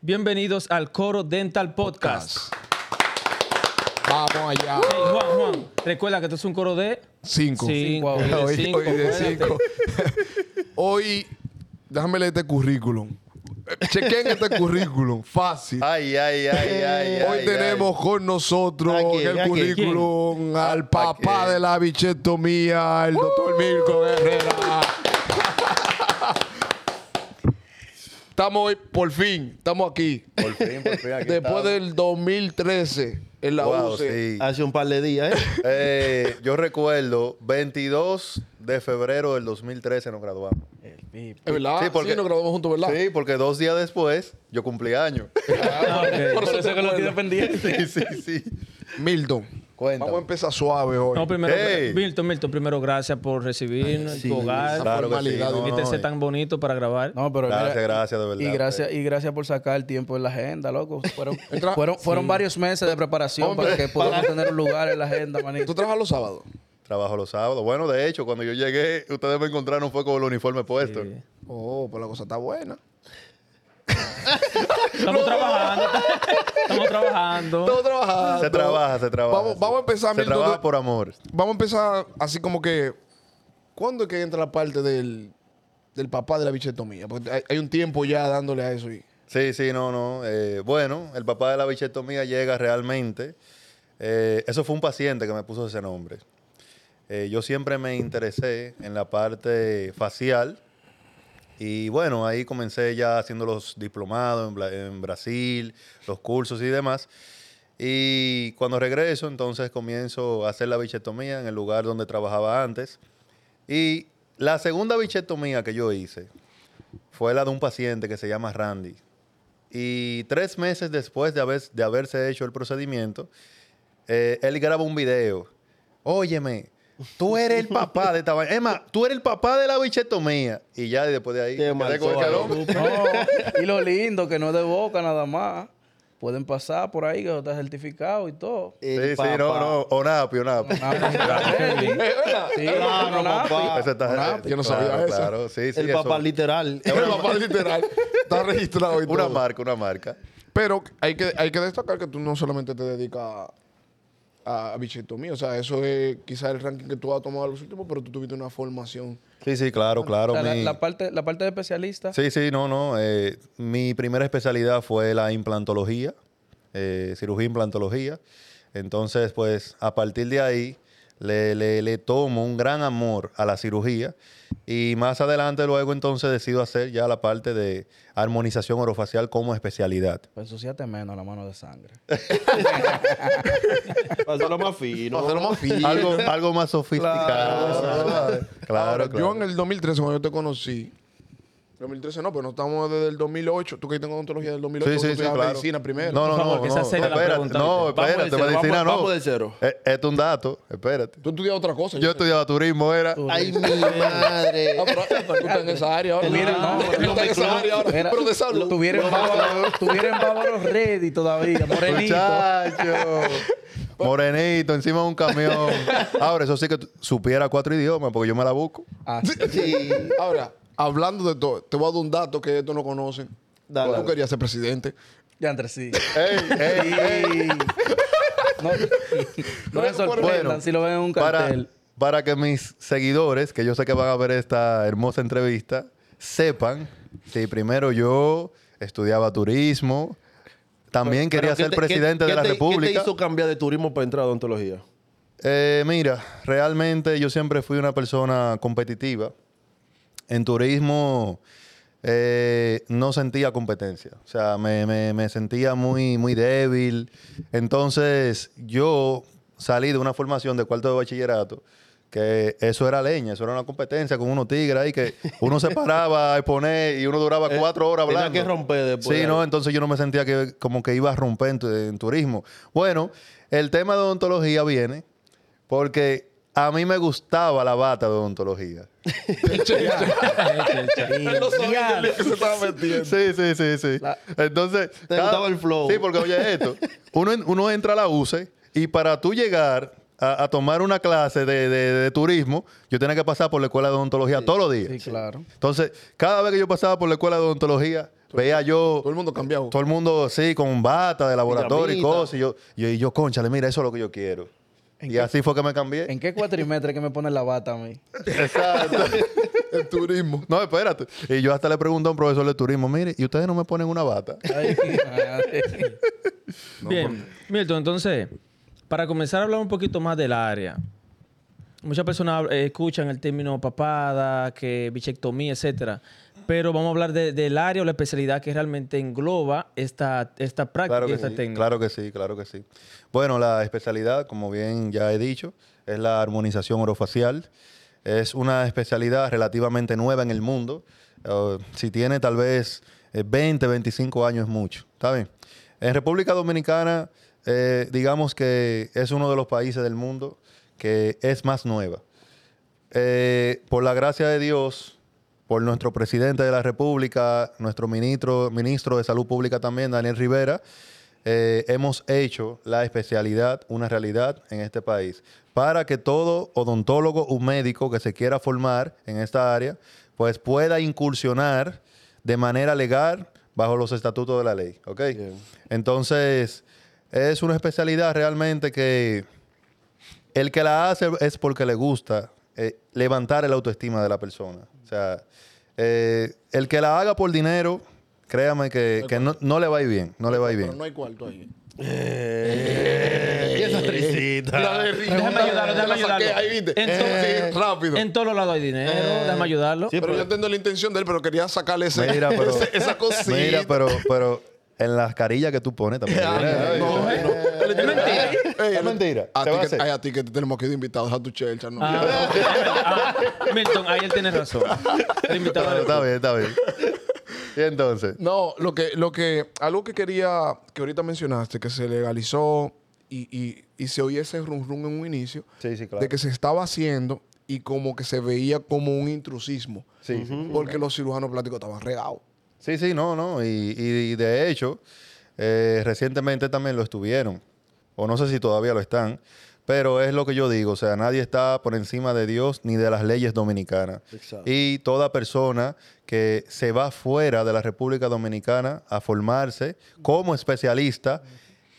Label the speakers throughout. Speaker 1: Bienvenidos al Coro Dental Podcast.
Speaker 2: Vamos allá.
Speaker 1: Hey, Juan, Juan, recuerda que esto es un coro de
Speaker 2: Cinco.
Speaker 1: cinco.
Speaker 2: Hoy,
Speaker 1: Hoy de cinco,
Speaker 2: hoy de
Speaker 1: acuérdate.
Speaker 2: cinco. Hoy, déjame leer este currículum. Chequen este currículum. Fácil.
Speaker 3: Ay, ay, ay, ay.
Speaker 2: Hoy
Speaker 3: ay,
Speaker 2: tenemos con nosotros
Speaker 3: ¿A quién?
Speaker 2: en
Speaker 3: ¿A
Speaker 2: el
Speaker 3: quién?
Speaker 2: currículum
Speaker 3: Ah,
Speaker 2: al papá
Speaker 3: quién?
Speaker 2: de la bichetomía, el
Speaker 3: ¡Uh!
Speaker 2: doctor Mirko Herrera. estamos hoy, por fin, estamos aquí.
Speaker 3: ay. Por fin, por fin. Aquí
Speaker 2: Después
Speaker 3: estamos.
Speaker 2: del 2013, en la
Speaker 3: Wow,
Speaker 2: UCE.
Speaker 3: sí.
Speaker 4: Hace un par de días, ¿eh?
Speaker 3: Eh, yo recuerdo, 22 de febrero del 2013 nos graduamos.
Speaker 2: Es verdad,
Speaker 3: Sí,
Speaker 2: sí,
Speaker 3: porque-
Speaker 2: nos graduamos juntos, ¿verdad?
Speaker 3: Sí, porque dos días después yo cumplí año.
Speaker 1: Ok.
Speaker 2: Ah, Por eso te acuerdas.
Speaker 3: sí, sí, sí.
Speaker 2: Milton,
Speaker 3: Cuéntame.
Speaker 2: vamos a empezar suave hoy.
Speaker 1: No, primero,
Speaker 3: Hey.
Speaker 1: Milton, Milton, primero gracias por recibirnos en
Speaker 4: sí,
Speaker 1: tu hogar.
Speaker 2: esa
Speaker 3: Claro que sí.
Speaker 2: formalidad,
Speaker 3: no,
Speaker 1: Viniste a ser
Speaker 3: no,
Speaker 1: tan bonito para grabar.
Speaker 5: No, pero mira,
Speaker 3: Gracias, gracias, de verdad. pues.
Speaker 5: Y gracias, y gracias por sacar el tiempo en la agenda, loco. Fueron,
Speaker 2: Entra-
Speaker 5: fueron, fueron varios meses de preparación
Speaker 2: Hombre,
Speaker 5: para que podamos tener un lugar en la agenda, manito.
Speaker 2: ¿Tú trabajas los sábados?
Speaker 3: Trabajo los sábados. Bueno, de hecho, cuando yo llegué, ustedes me encontraron fue con el uniforme puesto.
Speaker 1: Sí.
Speaker 2: Oh, pues la cosa está buena.
Speaker 1: Estamos trabajando. Estamos trabajando.
Speaker 2: Todo trabajando.
Speaker 3: Se trabaja, se trabaja.
Speaker 2: Ah, Vamos, vamos a empezar,
Speaker 3: Se
Speaker 2: Milton,
Speaker 3: trabaja
Speaker 2: tú-
Speaker 3: por amor.
Speaker 2: Vamos a empezar así como que. ¿Cuándo es que entra la parte del, del papá de la bichetomía? Porque hay, hay un tiempo ya dándole a eso. Y,
Speaker 3: Sí, sí, no, no. Eh, bueno, el papá de la bichetomía llega realmente. Eh, eso fue un paciente que me puso ese nombre. Eh, yo siempre me interesé en la parte facial. Y bueno, ahí comencé ya haciendo los diplomados en, Bla- en Brasil, los cursos y demás. Y cuando regreso, entonces comienzo a hacer la bichetomía en el lugar donde trabajaba antes. Y la segunda bichetomía que yo hice fue la de un paciente que se llama Randy. Y tres meses después de, haber, de haberse hecho el procedimiento, eh, él graba un video. Óyeme, tú eres el papá de esta vaina. Emma, tú eres el papá de la bichetomía. Y ya después de ahí...
Speaker 4: Te
Speaker 3: quedé con
Speaker 4: marcó
Speaker 3: ese
Speaker 4: ahí.
Speaker 3: hombre.
Speaker 5: No, y lo lindo, que no es de boca nada más. Pueden pasar por ahí, que está certificado y todo.
Speaker 3: Sí,
Speaker 4: El
Speaker 3: sí, no,
Speaker 4: papá.
Speaker 3: no. Onapi, Onapi.
Speaker 5: Ah, pues, sí,
Speaker 4: Claro,
Speaker 5: no, pues,
Speaker 4: papá.
Speaker 5: papi.
Speaker 3: Ese está-
Speaker 2: Onapi, yo no
Speaker 3: claro,
Speaker 2: sabía eso.
Speaker 3: Claro, sí, sí.
Speaker 4: El
Speaker 3: eso.
Speaker 4: papá literal.
Speaker 3: Es una-
Speaker 2: papá literal. Está registrado y
Speaker 3: Una
Speaker 2: todo.
Speaker 3: marca, una marca.
Speaker 2: Pero hay que, hay que destacar que tú no solamente te dedicas a, a bichetomía. O sea, eso es quizás el ranking que tú has tomado en los últimos, pero tú tuviste una formación.
Speaker 3: Sí, sí, claro, claro.
Speaker 5: O sea, la,
Speaker 3: mi-
Speaker 5: la parte, la parte de especialista.
Speaker 3: Sí, sí, no, no. eh, mi primera especialidad fue la implantología, eh, cirugía implantología. Entonces, pues, a partir de ahí, le, le- le tomo un gran amor a la cirugía. Y más adelante, luego, entonces, decido hacer ya la parte de armonización orofacial como especialidad.
Speaker 5: Pues ensuciate menos la mano de sangre.
Speaker 4: Para hacerlo más fino.
Speaker 2: Hacerlo más fino.
Speaker 3: Algo, algo más sofisticado. Claro,
Speaker 2: Ahora,
Speaker 3: claro.
Speaker 2: Yo en el 2013, cuando yo te conocí, 2013 no, pero no estamos desde el 2008. Tú que tengo odontología del 2008,
Speaker 3: Sí,
Speaker 2: tú
Speaker 3: sí, sí,
Speaker 2: estudiabas
Speaker 3: claro.
Speaker 2: medicina primero.
Speaker 3: No, no,
Speaker 1: Por favor,
Speaker 3: no.
Speaker 1: que
Speaker 3: no,
Speaker 1: sea seria la
Speaker 3: espérate,
Speaker 1: pregunta,
Speaker 3: no,
Speaker 1: ¿viste?
Speaker 4: Vamos del
Speaker 3: espérate,
Speaker 4: cero,
Speaker 3: medicina
Speaker 4: vamos-
Speaker 3: no.
Speaker 4: vamos del cero.
Speaker 3: Eh, Esto es un dato, espérate.
Speaker 2: Tú estudiabas otra cosa.
Speaker 3: Yo
Speaker 2: sé.
Speaker 3: estudiaba turismo, era.
Speaker 4: Ay, mi madre.
Speaker 2: Ah, pero tú estás en esa área ahora.
Speaker 5: Mira,
Speaker 2: Ah,
Speaker 5: no,
Speaker 2: tú estás en esa área ahora.
Speaker 5: Mira,
Speaker 2: pero de salud.
Speaker 5: Tuviera en bávaro- tuviera en bávaro ready todavía, morenito.
Speaker 3: Muchacho. Morenito, encima de un camión. Ahora, eso sí que tú supiera cuatro idiomas, porque yo me la busco.
Speaker 5: Ah, sí.
Speaker 2: Ahora, hablando de todo, te voy a dar un dato que estos no conocen.
Speaker 4: Dale.
Speaker 2: Tú querías ser presidente.
Speaker 5: Ya entre sí.
Speaker 3: Ey, ey,
Speaker 5: Sí. No, no me sorprendan
Speaker 3: Bueno,
Speaker 5: si lo ven en un
Speaker 3: para,
Speaker 5: cartel.
Speaker 3: para que mis seguidores, que yo sé que van a ver esta hermosa entrevista, sepan que primero yo estudiaba turismo, también quería
Speaker 4: Pero, ¿qué
Speaker 3: ser
Speaker 4: te-
Speaker 3: presidente
Speaker 4: qué-
Speaker 3: de la
Speaker 4: qué te-
Speaker 3: República.
Speaker 4: ¿Qué te hizo cambiar de turismo para entrar a odontología?
Speaker 3: Eh, mira, realmente yo siempre fui una persona competitiva. En turismo eh, no sentía competencia. O sea, me, me- me sentía muy, muy débil. Entonces, yo salí de una formación de cuarto de bachillerato que eso era leña, eso era una competencia con unos tigres ahí que uno se paraba a exponer y uno duraba
Speaker 4: Eh,
Speaker 3: cuatro horas
Speaker 4: tenía
Speaker 3: hablando.
Speaker 4: que romper después.
Speaker 3: Sí, no, entonces yo no me sentía que como que iba a romper en, tu- en turismo. Bueno, el tema de odontología viene porque a mí me gustaba la bata de odontología.
Speaker 5: Ya,
Speaker 2: se estaba metiendo.
Speaker 3: Sí, sí, sí, sí. Entonces,
Speaker 4: Te gustaba el flow.
Speaker 3: Sí, porque oye esto, uno, en- uno entra a la UCE y para tú llegar a, a tomar una clase de, de- de turismo, yo tenía que pasar por la escuela de odontología todos los días.
Speaker 5: Sí, claro.
Speaker 3: Entonces, cada vez que yo pasaba por la escuela de odontología, veía yo
Speaker 2: Todo el mundo cambiado.
Speaker 3: todo el mundo, sí, con bata de laboratorio y
Speaker 4: Pijamita.
Speaker 3: cosas. Y yo, yo, y yo, conchale, mira, eso es lo que yo quiero. Y
Speaker 5: ¿En qué-
Speaker 3: así fue que me cambié.
Speaker 5: ¿En qué cuatrimestre que me pone la bata a mí?
Speaker 3: Exacto.
Speaker 2: El turismo.
Speaker 3: no, espérate. Y yo hasta le pregunté a un profesor de turismo, mire, ¿y ustedes no me ponen una bata?
Speaker 5: Ay, madre.
Speaker 1: Bien, Milton, entonces, para comenzar a hablar un poquito más del área. Muchas personas eh, escuchan el término papada, que bichectomía, etcétera. Pero vamos a hablar de- del área o la especialidad que realmente engloba esta, esta práctica
Speaker 3: Claro
Speaker 1: y
Speaker 3: que,
Speaker 1: esta
Speaker 3: sí,
Speaker 1: técnica.
Speaker 3: claro que sí, claro que sí. Bueno, la especialidad, como bien ya he dicho, es la armonización orofacial. Es una especialidad relativamente nueva en el mundo. Eh, si tiene tal vez eh, 20, 25 años es mucho. ¿Está bien? En República Dominicana, eh, digamos que es uno de los países del mundo que es más nueva. Eh, por la gracia de Dios, por nuestro presidente de la República, nuestro ministro, ministro de Salud Pública también, Daniel Rivera, eh, hemos hecho la especialidad una realidad en este país para que todo odontólogo o médico que se quiera formar en esta área, pues pueda incursionar de manera legal bajo los estatutos de la ley, ¿ok?
Speaker 4: Bien.
Speaker 3: Entonces, es una especialidad realmente que el que la hace es porque le gusta eh, levantar el autoestima de la persona. O sea, eh, el que la haga por dinero, créame que, que no, no le va a ir bien, no le va a ir
Speaker 2: Pero
Speaker 3: bien.
Speaker 2: no hay cuarto ahí.
Speaker 4: Eh,
Speaker 3: Y esa risita.
Speaker 1: Déjame ayudarlo, déjame
Speaker 2: La saqué,
Speaker 1: ayudarlo.
Speaker 2: Ahí viste.
Speaker 1: En to-
Speaker 2: Sí, rápido.
Speaker 1: Eh,
Speaker 2: Eh,
Speaker 1: En todos los lados hay dinero, déjame ayudarlo.
Speaker 4: Sí,
Speaker 2: pero, yo entiendo la intención de él, pero quería sacarle ese,
Speaker 3: Mira, pero,
Speaker 2: ese- esa cosita.
Speaker 3: mira, pero, pero en las carillas que tú pones también.
Speaker 2: Ay, no, no.
Speaker 1: Es mentira.
Speaker 2: Ey,
Speaker 3: Es mentira.
Speaker 2: A
Speaker 3: Te
Speaker 2: ti,
Speaker 3: va a
Speaker 2: que,
Speaker 3: hacer.
Speaker 2: ay, a ti que te tenemos aquí de invitados a tu chelcha, ¿no?
Speaker 1: Ah, ah, Milton, ahí él tiene razón. El invitado
Speaker 3: Pero
Speaker 1: eres tú.
Speaker 3: está bien, está bien. Y entonces,
Speaker 2: No, lo que, lo que, algo que quería, que ahorita mencionaste, que se legalizó y, y- y se oía ese rum rum en un inicio,
Speaker 3: Sí, sí, claro.
Speaker 2: de que se estaba haciendo y como que se veía como un intrusismo,
Speaker 3: sí, sí.
Speaker 2: porque los cirujanos plásticos estaban regados.
Speaker 3: Sí, sí, no, no. Y, y de hecho, eh, recientemente también lo estuvieron. O no sé si todavía lo están. Pero es lo que yo digo. O sea, nadie está por encima de Dios ni de las leyes dominicanas.
Speaker 4: Exacto.
Speaker 3: Y toda persona que se va fuera de la República Dominicana a formarse como especialista,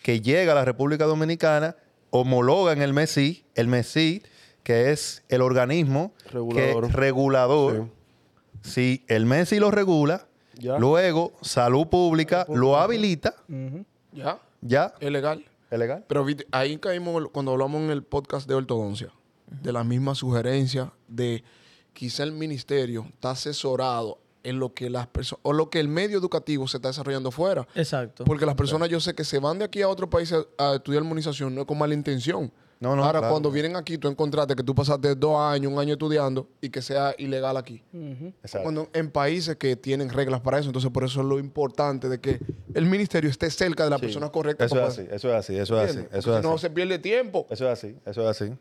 Speaker 3: que llega a la República Dominicana, homologa en el MESI, el MESI, que es el organismo que-
Speaker 4: Regulador.
Speaker 3: regulador
Speaker 4: Sí.
Speaker 3: si el Messi lo regula,
Speaker 4: Ya.
Speaker 3: luego salud pública lo habilita,
Speaker 2: ¿Ya?
Speaker 3: ya
Speaker 2: Es legal.
Speaker 3: es legal.
Speaker 2: Pero viste, ahí caímos cuando hablamos en el podcast de ortodoncia, de la misma sugerencia de quizá el ministerio está asesorado en lo que las personas, o lo que el medio educativo se está desarrollando fuera.
Speaker 1: Exacto.
Speaker 2: Porque las personas yo sé que se van de aquí a otro país a, a estudiar armonización, no es con mala intención.
Speaker 3: No, no,
Speaker 2: Ahora,
Speaker 3: claro.
Speaker 2: cuando vienen aquí, tú encontraste que tú pasaste dos años, un año estudiando y que sea ilegal aquí.
Speaker 3: Exacto.
Speaker 2: Cuando en países que tienen reglas para eso, entonces por eso es lo importante de que el ministerio esté cerca de la persona correcta.
Speaker 3: Eso
Speaker 2: para
Speaker 3: es así,
Speaker 2: poder-
Speaker 3: eso es así, eso es así,
Speaker 2: ¿Entiendes?
Speaker 3: eso
Speaker 2: Porque
Speaker 3: es
Speaker 2: si no
Speaker 3: así.
Speaker 2: se pierde tiempo.
Speaker 3: Eso es así, eso es así.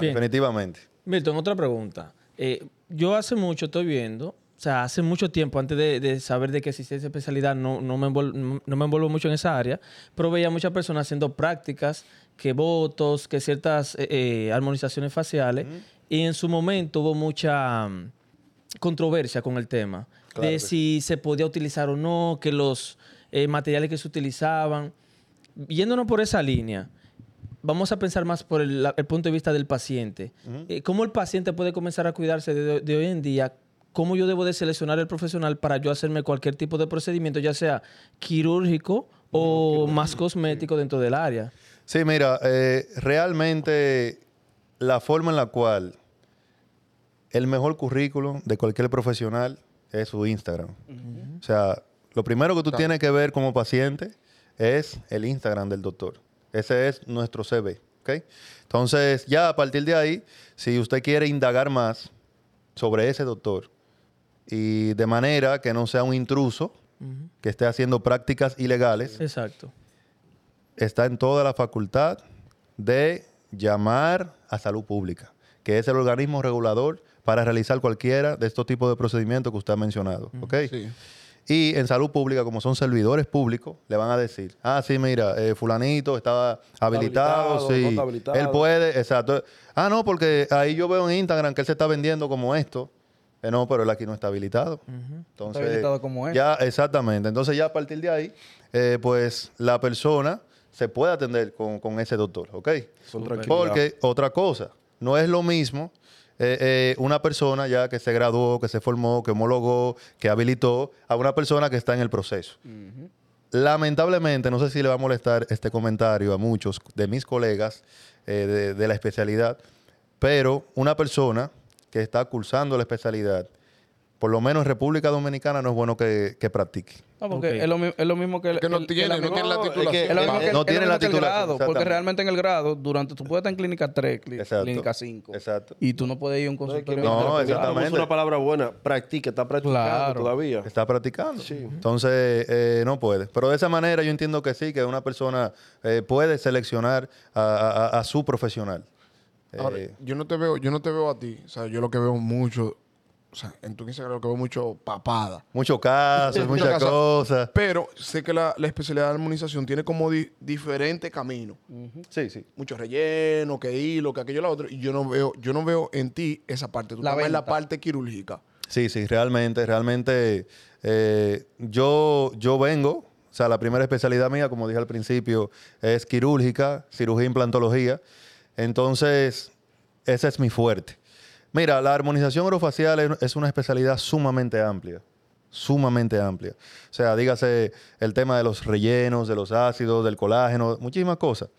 Speaker 1: Bien.
Speaker 3: Definitivamente.
Speaker 1: Milton, otra pregunta. Eh, yo hace mucho estoy viendo, o sea, hace mucho tiempo, antes de, de saber de que existía esa especialidad, no, no, me envol- no- no me envuelvo mucho en esa área, pero veía muchas personas haciendo prácticas, que votos, que ciertas eh, eh, armonizaciones faciales, y en su momento hubo mucha mm, controversia con el tema, de si se podía utilizar o no, que los eh, materiales que se utilizaban. Yéndonos por esa línea, vamos a pensar más por el, la- el punto de vista del paciente. Eh, ¿Cómo el paciente puede comenzar a cuidarse de, de hoy en día? ¿Cómo yo debo de seleccionar el profesional para yo hacerme cualquier tipo de procedimiento, ya sea quirúrgico o más cosmético dentro del área?
Speaker 3: Sí, mira, eh, realmente la forma en la cual el mejor currículum de cualquier profesional es su Instagram. O sea, lo primero que tú tienes que ver como paciente es el Instagram del doctor. Ese es nuestro CV, ¿ok? Entonces, ya a partir de ahí, si usted quiere indagar más sobre ese doctor y de manera que no sea un intruso que esté haciendo prácticas ilegales,
Speaker 1: Exacto.
Speaker 3: está en toda la facultad de llamar a salud pública, que es el organismo regulador para realizar cualquiera de estos tipos de procedimientos que usted ha mencionado. ¿ok?
Speaker 2: Sí.
Speaker 3: Y en salud pública, como son servidores públicos, le van a decir, ah, sí, mira, eh, fulanito estaba habilitado,
Speaker 4: habilitado, no
Speaker 3: sí,
Speaker 4: está habilitado".
Speaker 3: él puede, exacto. Ah, no, porque ahí yo veo en Instagram que él se está vendiendo como esto. Eh, no, pero él aquí no está habilitado. Entonces,
Speaker 5: habilitado como él.
Speaker 3: Ya, exactamente. Entonces, ya a partir de ahí, eh, pues la persona se puede atender con, con ese doctor, ¿ok?
Speaker 4: Con tranquilidad.
Speaker 3: Porque, otra cosa, no es lo mismo eh, eh, una persona ya que se graduó, que se formó, que homologó, que habilitó, a una persona que está en el proceso. Lamentablemente, no sé si le va a molestar este comentario a muchos de mis colegas eh, de, de la especialidad, pero una persona que está cursando la especialidad, por lo menos en República Dominicana, no es bueno que, que practique.
Speaker 5: No, porque
Speaker 1: Ok.
Speaker 5: es, lo, mi- es lo mismo que el,
Speaker 2: Que no
Speaker 5: el-
Speaker 2: tiene,
Speaker 5: el
Speaker 2: no
Speaker 5: amigo-
Speaker 2: tiene la
Speaker 4: No, es que-
Speaker 2: titulación.
Speaker 5: Es lo
Speaker 4: Eh,
Speaker 5: mismo que-
Speaker 3: no
Speaker 5: es lo
Speaker 3: tiene
Speaker 5: mismo
Speaker 3: la
Speaker 5: que el
Speaker 3: titulación,
Speaker 5: grado, porque
Speaker 3: exactamente.
Speaker 5: realmente en el grado, durante tú puedes estar en clínica 3,
Speaker 3: Exacto.
Speaker 5: clínica 5,
Speaker 3: Exacto.
Speaker 5: y tú no puedes ir a un
Speaker 3: No,
Speaker 5: consultorio. privado.
Speaker 3: exacto.
Speaker 4: exactamente.
Speaker 3: exactamente.
Speaker 4: una palabra buena. Practica, está practicando
Speaker 5: Claro.
Speaker 4: todavía.
Speaker 3: Está practicando. Entonces, eh, no puede. Pero de esa manera yo entiendo que sí, que una persona eh, puede seleccionar a, a- a- a su profesional. Eh,
Speaker 2: Ahora, yo no te veo, yo no te veo a ti. O sea, yo lo que veo mucho, o sea, en tu Instagram lo que veo mucho papada.
Speaker 3: muchos casos,
Speaker 2: Mucho
Speaker 3: muchas
Speaker 2: caso.
Speaker 3: cosas.
Speaker 2: Pero sé que la, la especialidad de armonización tiene como di- diferentes caminos.
Speaker 3: Sí, sí.
Speaker 2: Mucho relleno, que hilo, que aquello, lo otro. Y yo no veo, yo no veo en ti esa parte. Tú
Speaker 5: La
Speaker 2: la ves la
Speaker 5: venta.
Speaker 2: parte quirúrgica.
Speaker 3: Sí, sí, realmente, realmente. eh, yo, yo vengo, o sea, la primera especialidad mía, como dije al principio, es quirúrgica, cirugía, e implantología. Entonces, ese es mi fuerte. Mira, la armonización orofacial es- es una especialidad sumamente amplia. Sumamente amplia. O sea, dígase el tema de los rellenos, de los ácidos, del colágeno, muchísimas cosas.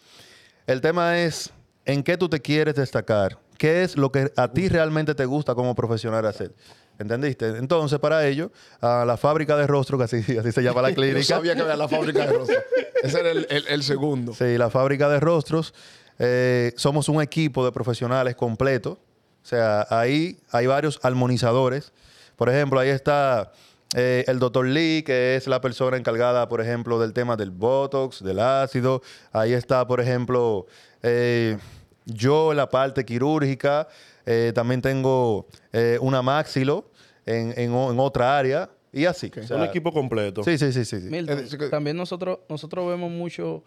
Speaker 3: El tema es en qué tú te quieres destacar, qué es lo que a ti realmente te gusta como profesional hacer. ¿Entendiste? Entonces, para ello, a la fábrica de rostro, que así, así se llama la
Speaker 2: Yo
Speaker 3: clínica.
Speaker 2: sabía que había la fábrica de rosas. Ese era el, el- el segundo.
Speaker 3: Sí, la fábrica de rostros. Eh, somos un equipo de profesionales completo. O sea, ahí hay varios armonizadores. Por ejemplo, ahí está eh, el doctor Lee, que es la persona encargada, por ejemplo, del tema del Botox, del ácido. Ahí está, por ejemplo, eh, yo en la parte quirúrgica. Eh, también tengo eh, una maxilo en, en o- en otra área. Y así. O sea,
Speaker 4: un equipo completo.
Speaker 3: Sí, sí, sí, sí. sí.
Speaker 5: Milton,
Speaker 2: Es decir que-
Speaker 5: también nosotros, nosotros vemos mucho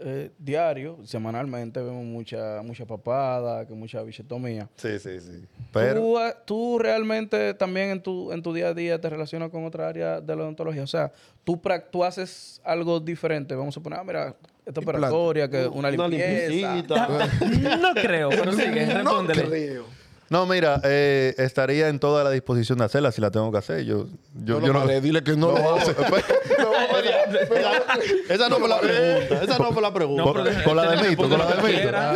Speaker 5: eh, diario, semanalmente vemos mucha, mucha papada, que mucha bichetomía.
Speaker 3: Sí, sí, sí. Pero...
Speaker 5: ¿Tú, ah, tú realmente también en tu, en tu día a día te relacionas con otra área de la odontología. O sea, tú, prac- tú haces algo diferente. Vamos a suponer, ah, mira,
Speaker 2: Implante.
Speaker 5: esta operatoria, que una limpieza.
Speaker 4: limpiecita.
Speaker 1: No creo, pero sigue, respóndele.
Speaker 2: creo.
Speaker 3: No, mira, eh, estaría en toda la disposición de hacerla si la tengo que hacer. Yo, yo,
Speaker 2: no, lo
Speaker 3: yo no.
Speaker 2: paré, dile que no, lo hace.
Speaker 4: Esa no fue la pregunta. Esa no fue la
Speaker 1: No,
Speaker 4: pregunta.
Speaker 1: pero déjale
Speaker 3: con la
Speaker 1: que
Speaker 3: de
Speaker 1: le
Speaker 3: Mito, con
Speaker 1: responda
Speaker 3: la
Speaker 1: lo
Speaker 3: de
Speaker 1: que
Speaker 3: Mito.
Speaker 1: quiera.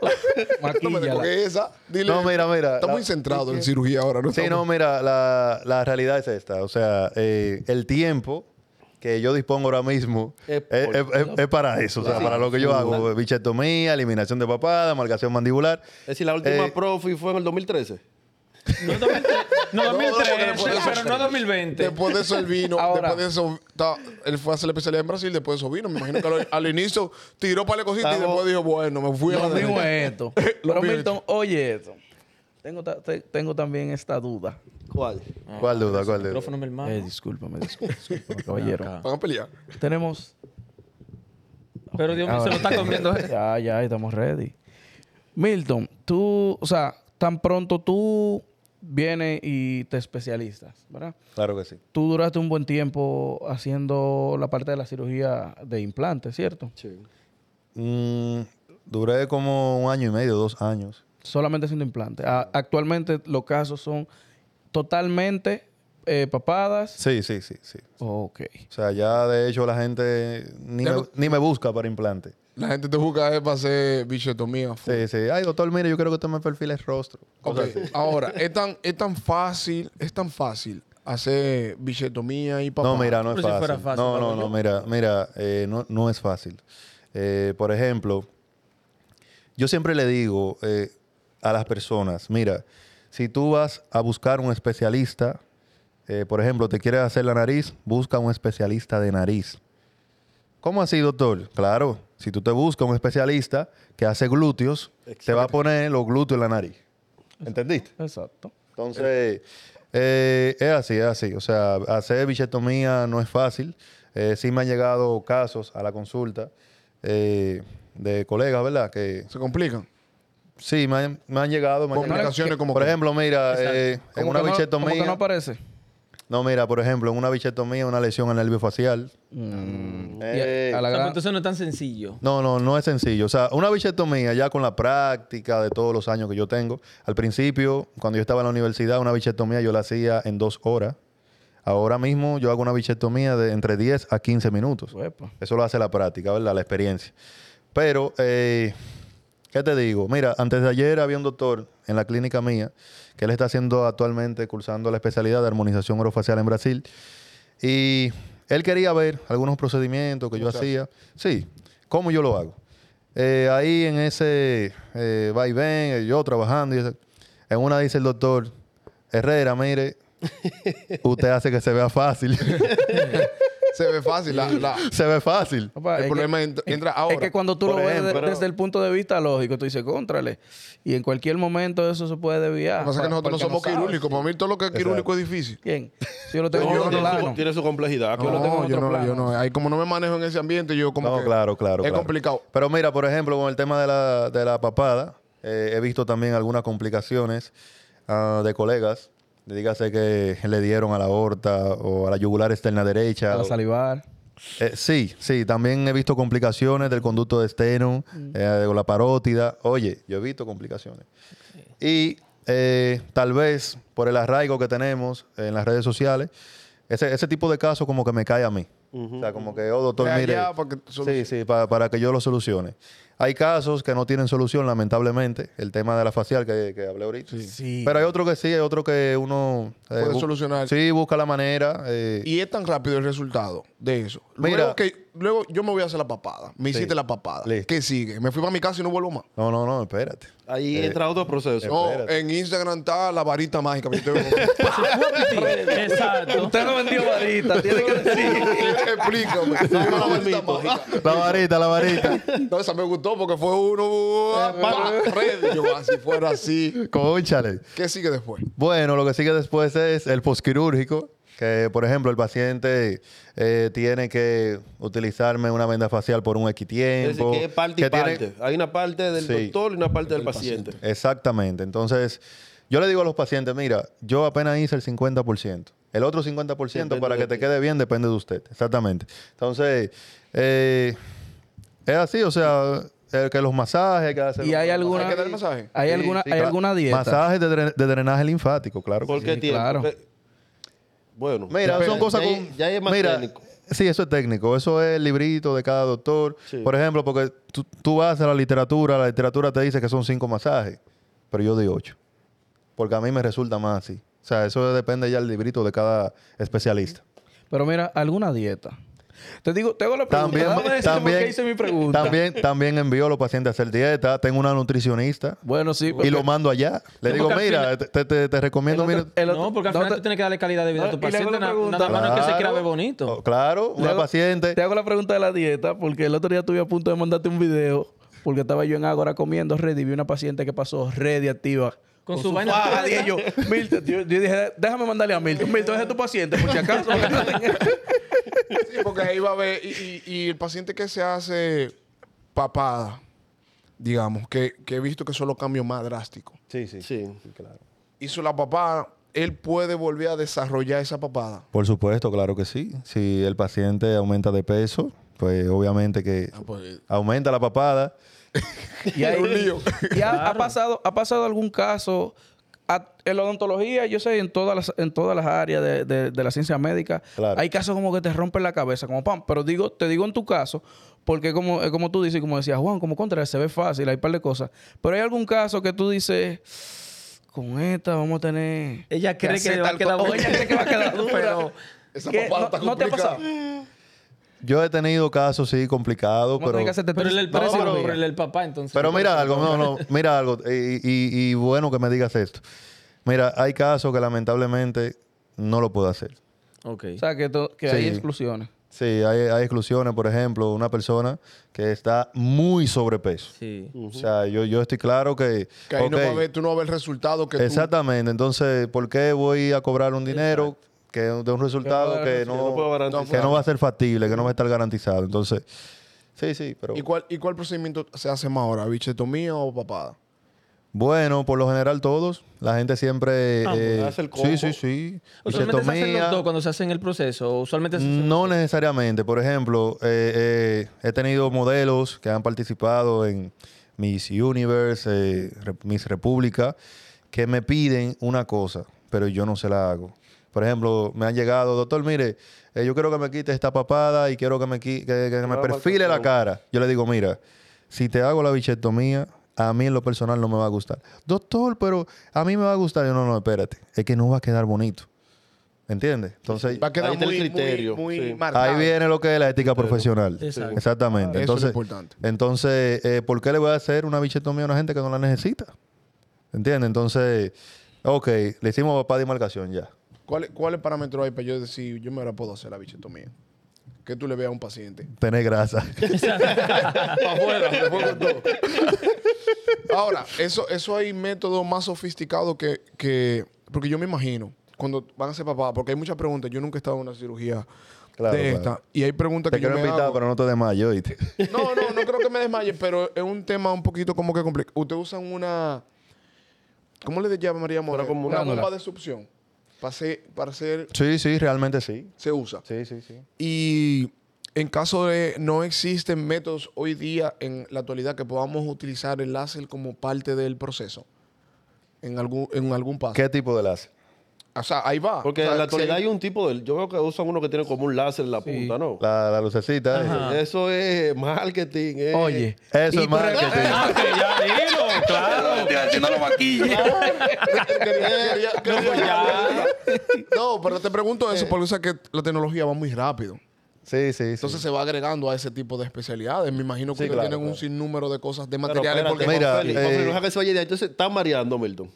Speaker 5: Claro.
Speaker 2: No me
Speaker 5: Maquíllala.
Speaker 2: descoge esa. Dile.
Speaker 3: No, mira, mira.
Speaker 2: Está
Speaker 3: La-
Speaker 2: muy centrado en cirugía ahora, ¿no?
Speaker 3: Sí, no, mira, la, la realidad es esta. O sea, eh, el tiempo que yo dispongo ahora mismo
Speaker 4: Es
Speaker 3: es,
Speaker 4: por-
Speaker 3: es- es- es para eso, o sea, para lo que yo hago. Bichetomía, eliminación de papada, marcación mandibular.
Speaker 4: Es decir, la última
Speaker 3: Eh,
Speaker 4: profi fue en el 2013.
Speaker 1: No 2003, no, 2003,
Speaker 2: por eso-
Speaker 1: pero no 2020.
Speaker 2: Después de eso el vino,
Speaker 5: Ahora.
Speaker 2: después de eso, ta- él fue a hacer la especialidad en Brasil, después de eso vino. Me imagino que al, al inicio tiró para la cosita y
Speaker 4: Estamos-
Speaker 2: después dijo, bueno, me fui a la
Speaker 5: Lo mismo
Speaker 2: derecha.
Speaker 5: es esto.
Speaker 2: Lo
Speaker 5: Pero
Speaker 2: mismo es
Speaker 5: Milton, oye esto. Tengo, ta- te- tengo también esta duda.
Speaker 4: ¿Cuál?
Speaker 3: ¿Cuál duda? ¿Cuál duda?
Speaker 1: Micrófono, mi hermano.
Speaker 5: Eh, discúlpame, discúlpame, caballero.
Speaker 2: Van a pelear.
Speaker 5: Tenemos Ah,
Speaker 1: Pero Dios mío, se lo está comiendo. eh.
Speaker 5: Ya, ya, estamos ready. Milton, tú, o sea, tan pronto tú vienes y te especializas, ¿verdad?
Speaker 3: Claro que sí.
Speaker 5: Tú duraste un buen tiempo haciendo la parte de la cirugía de implantes, ¿cierto?
Speaker 3: Mm, duré como un año y medio, dos años.
Speaker 5: Solamente haciendo implantes. A- actualmente los casos son totalmente eh, papadas.
Speaker 3: Sí, sí, sí, sí.
Speaker 5: Ok.
Speaker 3: O sea, ya de hecho la gente ni,
Speaker 2: Ya
Speaker 3: me,
Speaker 2: no-
Speaker 3: ni me busca para implante.
Speaker 2: La gente te busca eh, para hacer bichetomía. full.
Speaker 3: Sí, sí. Ay, doctor, mire, yo creo que usted me perfila el rostro.
Speaker 2: Ok,
Speaker 3: Cosas así.
Speaker 2: Ahora, es tan, es tan fácil, es tan fácil hacer bichetomía y papá.
Speaker 3: No, mira, no es
Speaker 1: Pero si
Speaker 3: fácil.
Speaker 1: fuera fácil,
Speaker 3: no,
Speaker 1: Pablo,
Speaker 3: no, no,
Speaker 1: yo-
Speaker 3: mira, mira, eh, no, no es fácil. Eh, por ejemplo, yo siempre le digo eh, a las personas, mira, si tú vas a buscar un especialista, eh, por ejemplo, te quieres hacer la nariz, busca un especialista de nariz. ¿Cómo así, doctor? Claro, si tú te buscas un especialista que hace glúteos, te va a poner los glúteos en la nariz. ¿Entendiste?
Speaker 5: Exacto.
Speaker 3: Entonces, eh, es así, es así. O sea, hacer bichetomía no es fácil. Eh, sí me han llegado casos a la consulta eh, de colegas, ¿verdad? Que
Speaker 2: Se complican.
Speaker 3: Sí, me han, me han llegado. me han llegado.
Speaker 2: Complicaciones como
Speaker 3: Por
Speaker 2: que-
Speaker 3: ejemplo, mira, eh, en
Speaker 5: Como
Speaker 3: una
Speaker 5: que no- como que
Speaker 3: bichetomía.
Speaker 5: no aparece.
Speaker 3: No, mira, por ejemplo, en una bichetomía, una lesión al nervio facial. Eh,
Speaker 5: Y a- a
Speaker 1: O sea,
Speaker 5: la
Speaker 1: pues
Speaker 5: gran-
Speaker 1: entonces no es tan sencillo.
Speaker 3: No, no, no es sencillo. O sea, una bichetomía ya con la práctica de todos los años que yo tengo. Al principio, cuando yo estaba en la universidad, una bichetomía yo la hacía en dos horas. Ahora mismo yo hago una bichetomía de entre 10 a 15 minutos.
Speaker 5: Uepa.
Speaker 3: Eso lo hace la práctica, ¿verdad? La experiencia. Pero, eh, ¿qué te digo? Mira, antes de ayer había un doctor en la clínica mía que él está haciendo actualmente, cursando la especialidad de armonización orofacial en Brasil. Y él quería ver algunos procedimientos que yo hacía. Sí, cómo yo lo hago. Eh, ahí en ese eh, va y ven, eh, yo trabajando. Y eso. en una dice el doctor, Herrera, mire, usted hace que se vea fácil.
Speaker 2: Se ve fácil. la- la-
Speaker 3: se ve fácil.
Speaker 5: Papá,
Speaker 2: el
Speaker 5: es
Speaker 2: problema
Speaker 5: que-
Speaker 2: ent- entra
Speaker 5: Es
Speaker 2: ahora.
Speaker 5: que cuando tú
Speaker 4: Por
Speaker 5: lo ves de-
Speaker 4: ejemplo.
Speaker 5: desde el punto de vista lógico, tú dices, contrale. Y en cualquier momento eso se puede
Speaker 2: Lo
Speaker 5: desviar.
Speaker 2: que pasa es que
Speaker 5: pa-
Speaker 2: nosotros no
Speaker 5: porque
Speaker 2: somos
Speaker 5: sabes.
Speaker 2: quirúrgicos. Para mí todo lo que es quirúrgico es difícil.
Speaker 5: Bien. Si yo lo tengo
Speaker 4: Tiene
Speaker 5: en
Speaker 4: su-
Speaker 5: otro plano.
Speaker 4: tiene su complejidad. que
Speaker 2: No,
Speaker 4: yo lo tengo en
Speaker 2: yo
Speaker 4: otro
Speaker 2: no,
Speaker 4: plano.
Speaker 2: yo no. Ahí como no me manejo en ese ambiente, yo como
Speaker 3: No,
Speaker 2: que
Speaker 3: claro, claro.
Speaker 2: Es
Speaker 3: claro.
Speaker 2: complicado.
Speaker 3: Pero mira, por ejemplo, con el tema de la, de la papada, eh, he visto también algunas complicaciones ah, de colegas. Dígase que le dieron a la aorta o a la yugular externa derecha.
Speaker 5: Para
Speaker 3: o-
Speaker 5: salivar.
Speaker 3: eh, sí, sí, también he visto complicaciones del conducto de esteno eh, o la parótida. Oye, yo he visto complicaciones. Y eh, tal vez por el arraigo que tenemos en las redes sociales, ese, ese tipo de casos como que me cae a mí. O sea, como que, oh, doctor,
Speaker 2: Ve allá
Speaker 3: mire.
Speaker 2: para que solucione.
Speaker 3: sí, sí, pa- para que yo lo solucione. Hay casos que no tienen solución, lamentablemente. El tema de la facial que, que hablé ahorita.
Speaker 1: Sí.
Speaker 3: Pero hay otro que sí, hay otro que uno... eh,
Speaker 2: Puede
Speaker 3: bu-
Speaker 2: solucionar.
Speaker 3: Sí, busca la manera. eh,
Speaker 2: Y es tan rápido el resultado de eso.
Speaker 3: Mira.
Speaker 2: luego, que, luego yo me voy a hacer la papada. Me hiciste la papada.
Speaker 3: Listo.
Speaker 2: ¿Qué sigue? Me fui para mi casa y no vuelvo más.
Speaker 3: No, no, no, espérate.
Speaker 4: Ahí entra otro proceso.
Speaker 2: No,
Speaker 3: Espérate.
Speaker 2: en Instagram está la varita mágica. pero yo te-
Speaker 1: Exacto.
Speaker 5: Usted no vendió varita, tiene que decir.
Speaker 2: Explícame. Dame la varita
Speaker 4: mito.
Speaker 2: mágica.
Speaker 3: La varita, la varita.
Speaker 2: No, esa me gustó porque fue uno. uh,
Speaker 3: Eh,
Speaker 2: pa, red. Yo, ah, si fuera así.
Speaker 3: Cónchale.
Speaker 2: ¿Qué sigue después?
Speaker 3: Bueno, lo que sigue después es el posquirúrgico. Que, por ejemplo, el paciente eh, tiene que utilizarme una venda facial por un
Speaker 4: Es decir,
Speaker 3: equitiempo.
Speaker 4: que es parte y
Speaker 3: que tiene-
Speaker 4: parte. Hay una parte del
Speaker 3: Sí.
Speaker 4: doctor y una parte del paciente.
Speaker 3: Exactamente. Entonces, yo le digo a los pacientes, mira, yo apenas hice el 50%. El otro 50% para
Speaker 4: de
Speaker 3: que te
Speaker 4: ti.
Speaker 3: quede bien depende de usted. Exactamente. Entonces, eh, es así, o sea, el que los masajes que hacen...
Speaker 5: ¿Y hay alguna,
Speaker 2: ¿Hay que dar masaje?
Speaker 5: ¿Hay
Speaker 3: Sí,
Speaker 5: alguna,
Speaker 3: sí,
Speaker 5: ¿hay
Speaker 3: claro.
Speaker 5: alguna dieta?
Speaker 3: Masajes de, dre- de drenaje linfático, claro. que
Speaker 4: ¿Por
Speaker 3: sí.
Speaker 4: qué tiempo?
Speaker 5: claro.
Speaker 4: Eh, Bueno.
Speaker 3: Mira,
Speaker 4: Ya-
Speaker 3: son cosas
Speaker 4: ya,
Speaker 3: con-
Speaker 4: ya es más
Speaker 3: mira,
Speaker 4: técnico.
Speaker 3: Sí, eso es técnico. Eso es el librito de cada doctor.
Speaker 4: Sí.
Speaker 3: Por ejemplo, porque tú, tú vas a la literatura, la literatura te dice que son cinco masajes, pero yo doy ocho. Porque a mí me resulta más así. O sea, eso depende ya del librito de cada especialista.
Speaker 5: Pero mira, alguna dieta. Te digo, te hago la pregunta.
Speaker 3: También,
Speaker 5: Déjame decir por
Speaker 3: también,
Speaker 5: qué hice mi pregunta.
Speaker 3: también, también envío a los pacientes a hacer dieta. Tengo una nutricionista
Speaker 5: Bueno, sí.
Speaker 3: y
Speaker 5: porque-
Speaker 3: lo mando allá. Le
Speaker 1: Sí,
Speaker 3: digo,
Speaker 1: porque al
Speaker 3: mira, te, te- te recomiendo.
Speaker 5: El otro-
Speaker 3: mira-
Speaker 5: el otro-
Speaker 1: No, porque al
Speaker 5: no
Speaker 1: final
Speaker 5: te-
Speaker 1: tú tienes que darle calidad de vida a
Speaker 5: No,
Speaker 1: tu
Speaker 5: y le hago
Speaker 1: paciente.
Speaker 5: la
Speaker 1: na-
Speaker 5: pregunta.
Speaker 1: Nada más no es que se quiera
Speaker 3: Claro.
Speaker 1: ver bonito.
Speaker 3: Oh, Claro,
Speaker 5: Le
Speaker 3: una
Speaker 5: hago-
Speaker 3: paciente.
Speaker 5: Te hago la pregunta de la dieta, porque el otro día estuve a punto de mandarte un video, porque estaba yo en Ágora comiendo ready, y vi una paciente que pasó ready activa.
Speaker 1: Con su vaina
Speaker 5: faja,
Speaker 1: puesta.
Speaker 5: y yo, Milton, yo, yo dije, déjame mandarle a Milton. Milton, ese es tu paciente, por si acaso.
Speaker 2: Sí, porque ahí va a ver. Y, y- y el paciente que se hace papada, digamos, que, que he visto que son los cambios más drásticos.
Speaker 3: Sí, sí,
Speaker 4: Sí.
Speaker 3: claro.
Speaker 2: Hizo la papada, él puede volver a desarrollar esa papada.
Speaker 3: Por supuesto, claro que sí. Si el paciente aumenta de peso, pues obviamente que
Speaker 4: Pues,
Speaker 3: aumenta la papada.
Speaker 5: y ahí,
Speaker 2: Un lío.
Speaker 5: y ha, ha pasado, ha pasado algún caso a- en la odontología, yo sé, en todas las, en todas las áreas de, de- de la ciencia médica,
Speaker 3: Claro.
Speaker 5: hay casos como que te rompen la cabeza, como pam. Pero digo, te digo en tu caso, porque como, eh, como tú dices, y como decías, Juan, como contra, se ve fácil, hay un par de cosas. Pero hay algún caso que tú dices, con esta vamos a tener.
Speaker 1: Ella cree que
Speaker 5: hacer
Speaker 1: le va a
Speaker 5: tal
Speaker 1: quedar
Speaker 5: cosa". O
Speaker 1: buena.
Speaker 5: Ella cree que va a quedar dura.
Speaker 1: Pero
Speaker 2: esa
Speaker 5: ¿Qué?
Speaker 2: papada
Speaker 5: no,
Speaker 2: está
Speaker 5: no te ha
Speaker 2: complicada.
Speaker 5: pasado.
Speaker 3: Yo he tenido casos, sí, complicados,
Speaker 5: Vamos a
Speaker 3: pero...
Speaker 5: tener que hacerte
Speaker 1: Pero el, del
Speaker 5: tres
Speaker 1: papá,
Speaker 5: cirugías.
Speaker 1: pero el del papá, entonces.
Speaker 3: Pero mira algo, no, no, mira algo. Y, y- y bueno que me digas esto. Mira, hay casos que lamentablemente no lo puedo hacer.
Speaker 1: Ok.
Speaker 5: O sea, que, to- que hay
Speaker 3: Sí.
Speaker 5: exclusiones.
Speaker 3: Sí, hay, hay exclusiones, por ejemplo, una persona que está muy sobrepeso.
Speaker 1: Sí.
Speaker 3: O sea, yo, yo estoy claro que...
Speaker 2: Que ahí no
Speaker 3: ok,
Speaker 2: va a ver, tú no vas a ver el resultado que tú-
Speaker 3: Exactamente. Entonces, ¿por qué voy a cobrar un dinero que de un resultado que
Speaker 5: Que
Speaker 3: no,
Speaker 4: no puedo garantizar.
Speaker 3: que no va a ser factible, que no va a estar garantizado? Entonces, sí, sí, pero
Speaker 2: ¿Y cuál, ¿Y cuál procedimiento se hace más ahora? ¿Bichetomía o papada?
Speaker 3: Bueno, por lo general todos. La gente siempre...
Speaker 1: Ah,
Speaker 3: eh,
Speaker 4: hace el combo.
Speaker 3: sí, sí, sí.
Speaker 1: Usualmente se hacen los
Speaker 3: Bichectomía.
Speaker 1: dos cuando se hacen el proceso. o Usualmente se hacen-
Speaker 3: Mm, No necesariamente. Por ejemplo, eh, eh, he tenido modelos que han participado en Miss Universe, eh, Re- Miss República, que me piden una cosa, pero yo no se la hago. Por ejemplo, me han llegado, doctor, mire, eh, yo quiero que me quite esta papada y quiero que me, qui- que- que me
Speaker 4: haga
Speaker 3: perfile la
Speaker 4: marcación.
Speaker 3: cara. Yo le digo, mira, si te hago la bichectomía, a mí en lo personal no me va a gustar. Doctor, pero a mí me va a gustar. Yo no, no, espérate. Es que no va a quedar bonito. ¿Entiendes? Entonces,
Speaker 2: Va a quedar
Speaker 4: Ahí está el
Speaker 2: muy, muy-
Speaker 4: criterio,
Speaker 2: muy,
Speaker 4: sí.
Speaker 2: marcado.
Speaker 3: Ahí viene lo que es la ética profesional.
Speaker 1: Exacto.
Speaker 2: Eso es
Speaker 3: Exactamente. Entonces,
Speaker 2: lo importante.
Speaker 3: entonces eh, ¿por qué le voy a hacer una bichetomía a una gente que no la necesita? ¿Entiendes? Entonces, ok, le hicimos papá de marcación ya.
Speaker 2: ¿Cuál- ¿Cuáles parámetros hay para yo decir yo me la puedo hacer la bichetomía? Que tú le veas a un paciente.
Speaker 3: Tener grasa.
Speaker 4: Para afuera, me pongo todo.
Speaker 2: Ahora, eso, eso hay métodos más sofisticados que, que- Porque yo me imagino, cuando van a ser papá, porque hay muchas preguntas. Yo nunca he estado en una cirugía
Speaker 3: Claro,
Speaker 2: de
Speaker 3: claro.
Speaker 2: esta. Y hay preguntas
Speaker 3: te
Speaker 2: que yo
Speaker 3: quiero
Speaker 2: me
Speaker 3: invitar,
Speaker 2: hago.
Speaker 3: pero no te desmayo, ¿oíste?
Speaker 2: No, no, no creo que me desmaye, pero es un tema un poquito como que complicado. Ustedes usan una... ¿Cómo le llamaría Moreno?
Speaker 4: como
Speaker 2: una
Speaker 5: glándula.
Speaker 2: bomba de succión. Para hacer... Para hacer
Speaker 3: Sí, sí, realmente sí.
Speaker 2: se usa.
Speaker 3: Sí, sí, sí.
Speaker 2: Y en caso de no existen métodos hoy día en la actualidad que podamos utilizar el láser como parte del proceso. En algún, en algún paso.
Speaker 3: ¿Qué tipo de láser?
Speaker 2: O sea, ahí va.
Speaker 4: Porque
Speaker 2: O sea,
Speaker 4: en
Speaker 2: si
Speaker 4: la actualidad
Speaker 2: hay-
Speaker 4: hay un tipo de... Yo veo que usan uno que tiene como un láser en la
Speaker 5: Sí.
Speaker 4: punta, ¿no?
Speaker 3: La, la lucecita.
Speaker 1: Ajá.
Speaker 3: esa.
Speaker 4: Eso es marketing. eh.
Speaker 5: Oye.
Speaker 3: Eso
Speaker 5: y
Speaker 3: es
Speaker 5: por-
Speaker 3: marketing.
Speaker 1: Ah, que ya dilo, claro.
Speaker 5: Estoy haciendo los maquilles.
Speaker 2: Quería- quería-
Speaker 1: No, pues ya.
Speaker 2: No, pero te pregunto eso porque o sea, que la tecnología va muy rápido.
Speaker 3: Sí, sí, sí.
Speaker 2: Entonces se va agregando a ese tipo de especialidades. Me imagino que
Speaker 3: Sí,
Speaker 2: ustedes
Speaker 3: claro,
Speaker 2: tienen un
Speaker 3: claro.
Speaker 2: sinnúmero de cosas, de
Speaker 4: Pero
Speaker 2: materiales.
Speaker 4: espérate,
Speaker 2: porque-
Speaker 3: mira,
Speaker 4: Juan Félix, Juan
Speaker 3: eh,
Speaker 4: Félix, no deja que se vaya de ahí. Entonces, están mareando, Milton.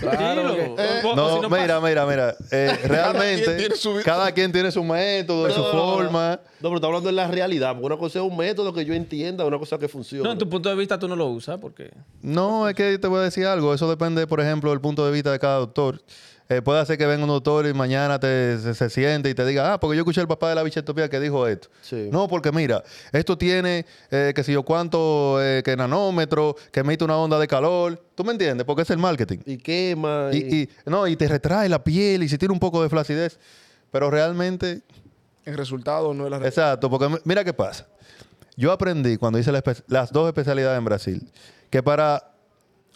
Speaker 5: Claro,
Speaker 1: Dilo.
Speaker 5: que-
Speaker 1: O- o
Speaker 3: no,
Speaker 1: si no
Speaker 3: mira, mira, mira. Eh, realmente, cada quien
Speaker 2: tiene
Speaker 3: tiene
Speaker 2: su-
Speaker 3: su, método, y su
Speaker 4: No, no, no, no.
Speaker 3: forma.
Speaker 4: No, pero está hablando de la realidad. porque Una cosa es un método que yo entienda, una cosa que funciona.
Speaker 1: No, en tu punto de vista tú no lo usas porque...
Speaker 3: No, es que te voy a decir algo. Eso depende, por ejemplo, del punto de vista de cada doctor. Eh, puede hacer que venga un doctor y mañana te, se, se siente y te diga, ah, porque yo escuché al papá de la bichetopía que dijo esto.
Speaker 4: Sí.
Speaker 3: No, porque mira, esto tiene, eh, que si yo cuánto, eh, que nanómetro, que emite una onda de calor. ¿Tú me entiendes? Porque es el marketing.
Speaker 4: Y quema.
Speaker 3: Y, y- no, y te retrae la piel y si tiene un poco de flacidez. Pero realmente
Speaker 2: En resultado no es la realidad.
Speaker 3: Exacto, porque mi- mira qué pasa. Yo aprendí cuando hice la espe- las dos especialidades en Brasil, que para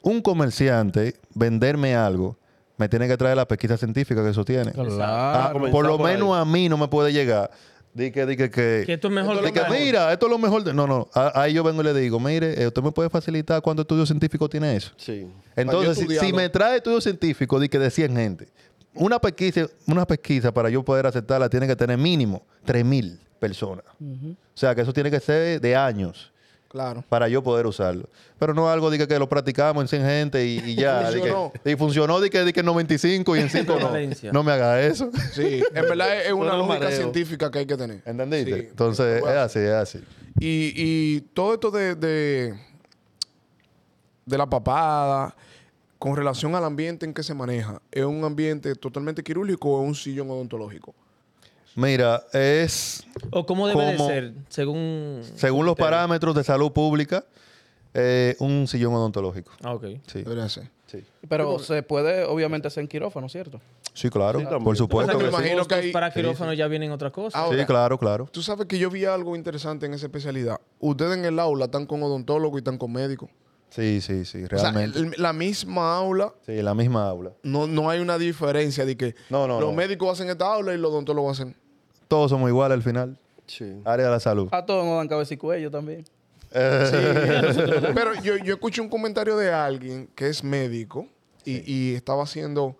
Speaker 3: un comerciante venderme algo, me tiene que traer la pesquisa científica que eso tiene. Ah,
Speaker 5: Claro.
Speaker 4: comenzar
Speaker 3: por lo
Speaker 4: por ahí.
Speaker 3: menos a mí no me puede llegar. Di que, di que, que,
Speaker 1: Que esto es mejor
Speaker 3: di
Speaker 1: que
Speaker 3: que,
Speaker 1: tal.
Speaker 3: mira, esto es lo mejor. de- No, no, a- ahí yo vengo y le digo, mire, eh, usted me puede facilitar cuántos estudios científicos tiene eso.
Speaker 4: Sí.
Speaker 3: Entonces, si,
Speaker 2: estudiarlo.
Speaker 3: si me trae estudios científicos de que de 100 gente, una pesquisa, una pesquisa para yo poder aceptarla tiene que tener mínimo 3.000 personas. O sea, que eso tiene que ser de años
Speaker 2: Claro.
Speaker 3: para yo poder usarlo. Pero no algo de que, que lo practicamos en 100 gente y, y ya. di que-
Speaker 2: Funcionó.
Speaker 3: y funcionó de que, di que en 95 y en 5
Speaker 1: Valencia.
Speaker 3: no. No me haga eso.
Speaker 2: Sí, en verdad es, es una
Speaker 4: Solo
Speaker 2: lógica
Speaker 4: mareo.
Speaker 2: científica que hay que tener.
Speaker 3: ¿Entendiste?
Speaker 2: Sí.
Speaker 3: Entonces, es así, es así.
Speaker 2: Y, y todo esto de, de, de la papada, con relación al ambiente en que se maneja, ¿es un ambiente totalmente quirúrgico o es un sillón odontológico?
Speaker 3: Mira, es
Speaker 1: O cómo debe
Speaker 3: ¿Cómo?
Speaker 1: de ser, según...
Speaker 3: según los
Speaker 1: criterio.
Speaker 3: parámetros de salud pública, eh, un sillón odontológico.
Speaker 1: Ah, ok.
Speaker 3: Sí,
Speaker 2: Debería ser.
Speaker 3: sí.
Speaker 5: Pero se puede, obviamente, hacer en quirófano, ¿cierto?
Speaker 3: Sí, claro,
Speaker 4: también.
Speaker 3: por
Speaker 1: O sea,
Speaker 3: supuesto.
Speaker 1: que
Speaker 2: me
Speaker 3: que
Speaker 1: los
Speaker 3: sí. Ah,
Speaker 2: imagino que
Speaker 1: costos
Speaker 2: hay-
Speaker 1: para quirófano ya vienen otras cosas.
Speaker 2: Ahora,
Speaker 3: Sí, claro, claro.
Speaker 2: tú sabes que yo vi algo interesante en esa especialidad. Ustedes en el aula están con odontólogo y están con médico.
Speaker 3: Sí, sí, sí,
Speaker 2: O sea,
Speaker 3: realmente.
Speaker 2: el- la misma aula,
Speaker 3: Sí, la misma aula.
Speaker 2: no, no hay una diferencia de que
Speaker 3: No, no,
Speaker 2: los
Speaker 3: no.
Speaker 2: médicos hacen esta aula y los odontólogos hacen.
Speaker 3: Todos somos iguales al final.
Speaker 4: Sí.
Speaker 3: Área de la salud.
Speaker 2: Ah.
Speaker 5: A todos nos dan cabeza y cuello también.
Speaker 3: Eh,
Speaker 2: Pero yo, yo escuché un comentario de alguien que es médico y, y estaba haciendo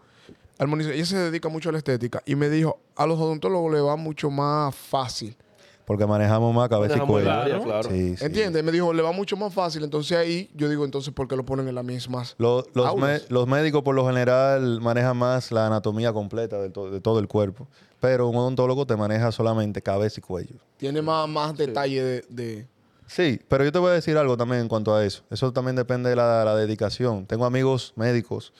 Speaker 2: armonización. Ella se dedica mucho a la estética y me dijo, a los odontólogos le va mucho más fácil.
Speaker 3: Porque manejamos más cabeza y
Speaker 4: Dejamos el
Speaker 3: cuello.
Speaker 4: área, claro.
Speaker 3: pues, Sí, sí.
Speaker 2: ¿Entiendes? Me dijo, le va mucho más fácil. Entonces ahí yo digo, entonces, ¿por qué lo ponen en las mismas?
Speaker 3: Lo- los,
Speaker 2: Aulas.
Speaker 3: me- los médicos por lo general manejan más la anatomía completa de, to- de todo el cuerpo. Pero un odontólogo te maneja solamente cabeza y cuello.
Speaker 2: Tiene más, más detalle de... de-
Speaker 3: Sí, pero yo te voy a decir algo también en cuanto a eso. Eso también depende de la, la dedicación. Tengo amigos médicos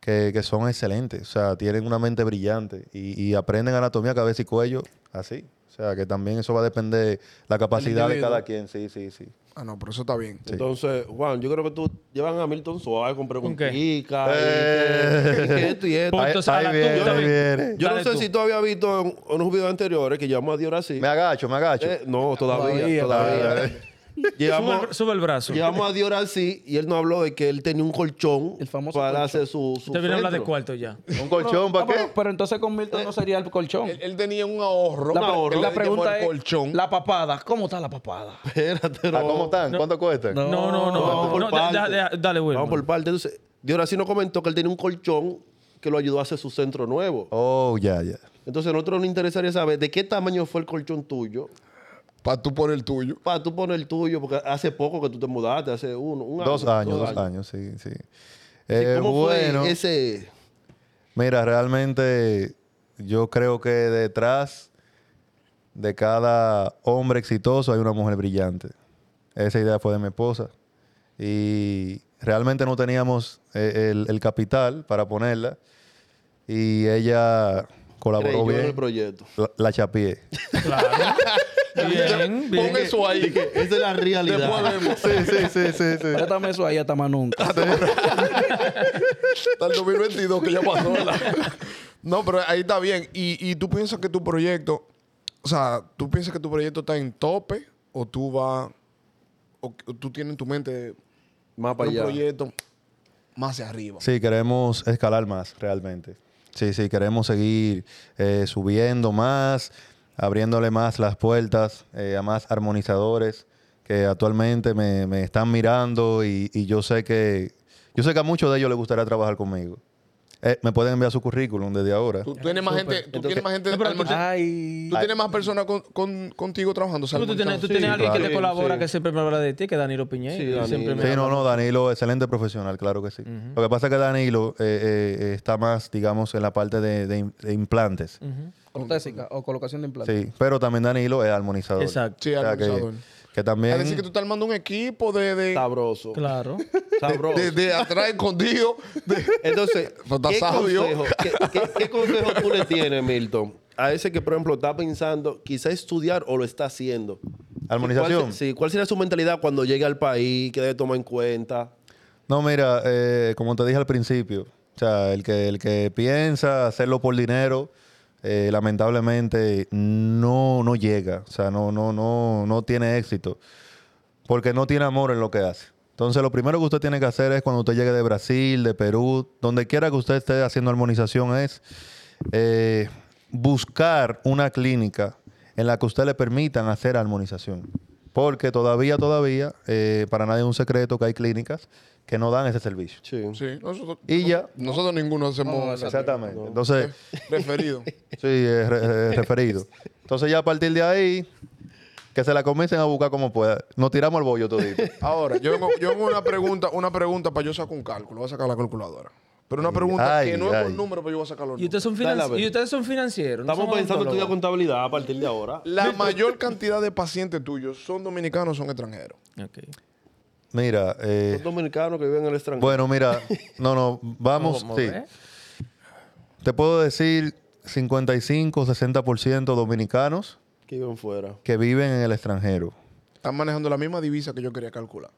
Speaker 3: que, que son excelentes, o sea, tienen una mente brillante y, y aprenden anatomía, cabeza y cuello así. O sea, que también eso va a depender la capacidad de
Speaker 4: individuo.
Speaker 3: cada quien. Sí, sí, sí.
Speaker 2: Ah, no, pero eso está bien.
Speaker 4: Entonces, Juan, yo creo que tú llevan a Milton Suárez con preguntitas. y
Speaker 3: Eh. Pues,
Speaker 4: que- y que esto y esto.
Speaker 1: Pon-
Speaker 3: Ahí,
Speaker 1: Entonces, a
Speaker 3: ahí
Speaker 1: la
Speaker 3: viene,
Speaker 1: tuya.
Speaker 3: ahí viene.
Speaker 4: Yo no
Speaker 1: dale
Speaker 4: sé
Speaker 1: tú.
Speaker 4: si tú habías visto en unos videos anteriores que llevamos a Dior así.
Speaker 3: Me agacho, me agacho.
Speaker 4: Eh, no, todavía,
Speaker 5: Todavía,
Speaker 4: todavía.
Speaker 1: Sube,
Speaker 4: Llevamos,
Speaker 1: el- sube el brazo.
Speaker 4: llevamos a Dior así y él nos habló de que él tenía un colchón
Speaker 5: El famoso
Speaker 4: para
Speaker 5: colchón.
Speaker 4: hacer su, su
Speaker 1: Usted viene a hablar de
Speaker 4: centro.
Speaker 1: cuarto ya.
Speaker 3: ¿Un colchón
Speaker 5: Ah,
Speaker 3: para
Speaker 5: pero,
Speaker 3: qué?
Speaker 5: pero entonces con Milton no sería el colchón.
Speaker 2: Él, él tenía un ahorro.
Speaker 5: la,
Speaker 2: eh, Él
Speaker 5: pre-
Speaker 2: le
Speaker 5: la
Speaker 2: llamó
Speaker 5: pregunta
Speaker 2: el
Speaker 5: es,
Speaker 2: colchón.
Speaker 5: la papada. ¿Cómo está la papada?
Speaker 4: Espérate,
Speaker 3: Ah,
Speaker 4: no.
Speaker 3: ¿Cómo están? ¿Cuánto cuesta?
Speaker 5: No.
Speaker 1: No, no, no.
Speaker 4: Vamos por
Speaker 1: no, da-
Speaker 4: partes.
Speaker 1: da- da- dale, güey.
Speaker 4: Vamos por parte. Entonces, Dior así nos comentó que él tenía un colchón que lo ayudó a hacer su centro nuevo.
Speaker 3: Oh, ya, ya.
Speaker 4: Entonces, a nosotros nos interesaría saber de qué tamaño fue el colchón tuyo
Speaker 2: Para tú poner el tuyo.
Speaker 4: para tú poner el tuyo, porque hace poco que tú te mudaste, hace uno, un
Speaker 3: Dos
Speaker 4: año,
Speaker 3: años, dos años, sí, sí. Eh,
Speaker 4: Sí, ¿Cómo
Speaker 3: bueno,
Speaker 4: fue ese?
Speaker 3: mira, realmente yo creo que detrás de cada hombre exitoso hay una mujer brillante. Esa idea fue de mi esposa. Y realmente no teníamos eh, el, el capital para ponerla. Y ella colaboró
Speaker 4: creyó en el
Speaker 3: bien.
Speaker 4: proyecto?
Speaker 3: La, la chapié.
Speaker 1: Claro. Bien, bien.
Speaker 2: Pon eso ahí.
Speaker 4: Dije, Esa es la
Speaker 2: Después
Speaker 4: realidad.
Speaker 2: vemos.
Speaker 3: Sí, sí, sí, sí, sí.
Speaker 5: Préstame eso ahí hasta más nunca.
Speaker 2: Hasta el 2022 que ya pasó. ¿verdad? no, pero ahí está bien. Y, y tú piensas que tu proyecto, o sea, tú piensas que tu proyecto está en tope o tú vas, o, o tú tienes en tu mente
Speaker 4: Más para
Speaker 2: un
Speaker 4: allá.
Speaker 2: proyecto más hacia arriba.
Speaker 3: Sí, queremos escalar más realmente. Sí, sí, queremos seguir eh, subiendo más, abriéndole más las puertas eh, a más armonizadores que actualmente me, me están mirando y, y yo sé que yo sé que a muchos de ellos les gustaría trabajar conmigo. Eh, me pueden enviar su currículum desde ahora.
Speaker 2: Tú tienes más gente, tú tienes más gente,
Speaker 1: No, pero
Speaker 2: almor-
Speaker 5: Ay.
Speaker 2: tú tienes más personas con- con- contigo trabajando. o sea,
Speaker 1: Tú, tú tienes, tú
Speaker 2: almorzando.
Speaker 1: tienes alguien que
Speaker 3: claro.
Speaker 1: te colabora
Speaker 4: Sí,
Speaker 1: que siempre me habla de ti, que es Danilo Piñera.
Speaker 4: Sí,
Speaker 1: que
Speaker 4: Danilo.
Speaker 1: siempre me
Speaker 3: Sí,
Speaker 1: habla.
Speaker 3: no, no, Danilo, excelente profesional, claro que sí. Lo que pasa es que Danilo eh, eh, está más, digamos, en la parte de, de im- de implantes.
Speaker 5: Protésica o colocación de implantes.
Speaker 3: Sí, pero también Danilo es armonizador.
Speaker 1: Exacto.
Speaker 2: Sí,
Speaker 3: O sea,
Speaker 2: almorzador.
Speaker 3: que, que también...
Speaker 2: Es este decir, que tú estás armando un equipo de, de,
Speaker 4: Sabroso.
Speaker 1: Claro.
Speaker 4: Sabroso.
Speaker 2: de- de atrás escondido. de-
Speaker 4: Entonces,
Speaker 2: Pues está
Speaker 4: ¿qué
Speaker 2: sabio.
Speaker 4: consejo, qué- qué- qué consejo tú le tienes, Milton? A ese que, por ejemplo, está pensando quizá estudiar o lo está haciendo.
Speaker 3: ¿Armonización?
Speaker 4: ¿Cuál se- sí, ¿cuál sería su mentalidad cuando llegue al país? ¿Qué debe tomar en cuenta?
Speaker 3: No, mira, eh, como te dije al principio, o sea, el que, el que piensa hacerlo por dinero, eh, lamentablemente no, no llega, o sea, no, no, no, no tiene éxito, porque no tiene amor en lo que hace. Entonces, lo primero que usted tiene que hacer es cuando usted llegue de Brasil, de Perú, donde quiera que usted esté haciendo armonización, es eh, buscar una clínica en la que usted le permitan hacer armonización. Porque todavía, todavía, eh, para nadie es un secreto que hay clínicas que no dan ese servicio.
Speaker 4: Sí.
Speaker 2: Sí, nosotros,
Speaker 3: Y ya.
Speaker 2: Nosotros ninguno hacemos
Speaker 5: No,
Speaker 3: Exactamente. Entonces,
Speaker 2: referido.
Speaker 3: sí, eh, re- eh, referido. Entonces ya a partir de ahí, que se la comiencen a buscar como pueda. Nos tiramos al bollo todito.
Speaker 2: Ahora, yo vengo, yo vengo una pregunta, una pregunta para yo sacar un cálculo. Voy a sacar la calculadora. Pero una pregunta
Speaker 3: ay,
Speaker 2: que no es
Speaker 3: ay.
Speaker 2: por número, pero yo voy a sacar los
Speaker 1: Y ustedes
Speaker 2: números.
Speaker 1: son,
Speaker 4: Dale a
Speaker 1: finan-
Speaker 4: ver.
Speaker 1: y ustedes son financieros. no
Speaker 4: Estamos
Speaker 1: son
Speaker 4: pensando en estudiar
Speaker 1: odontólogos.
Speaker 4: contabilidad a partir de ahora.
Speaker 2: La mayor cantidad de pacientes tuyos son dominicanos o son extranjeros.
Speaker 1: Ok.
Speaker 3: Mira, eh,
Speaker 4: Los dominicanos que viven en el extranjero.
Speaker 3: bueno, mira, no, no, vamos,
Speaker 1: Vamos a
Speaker 3: sí.
Speaker 1: ver.
Speaker 3: Te puedo decir 55, 60% dominicanos
Speaker 4: Que viven fuera.
Speaker 3: que viven en el extranjero.
Speaker 2: Están manejando la misma divisa que yo quería calcular.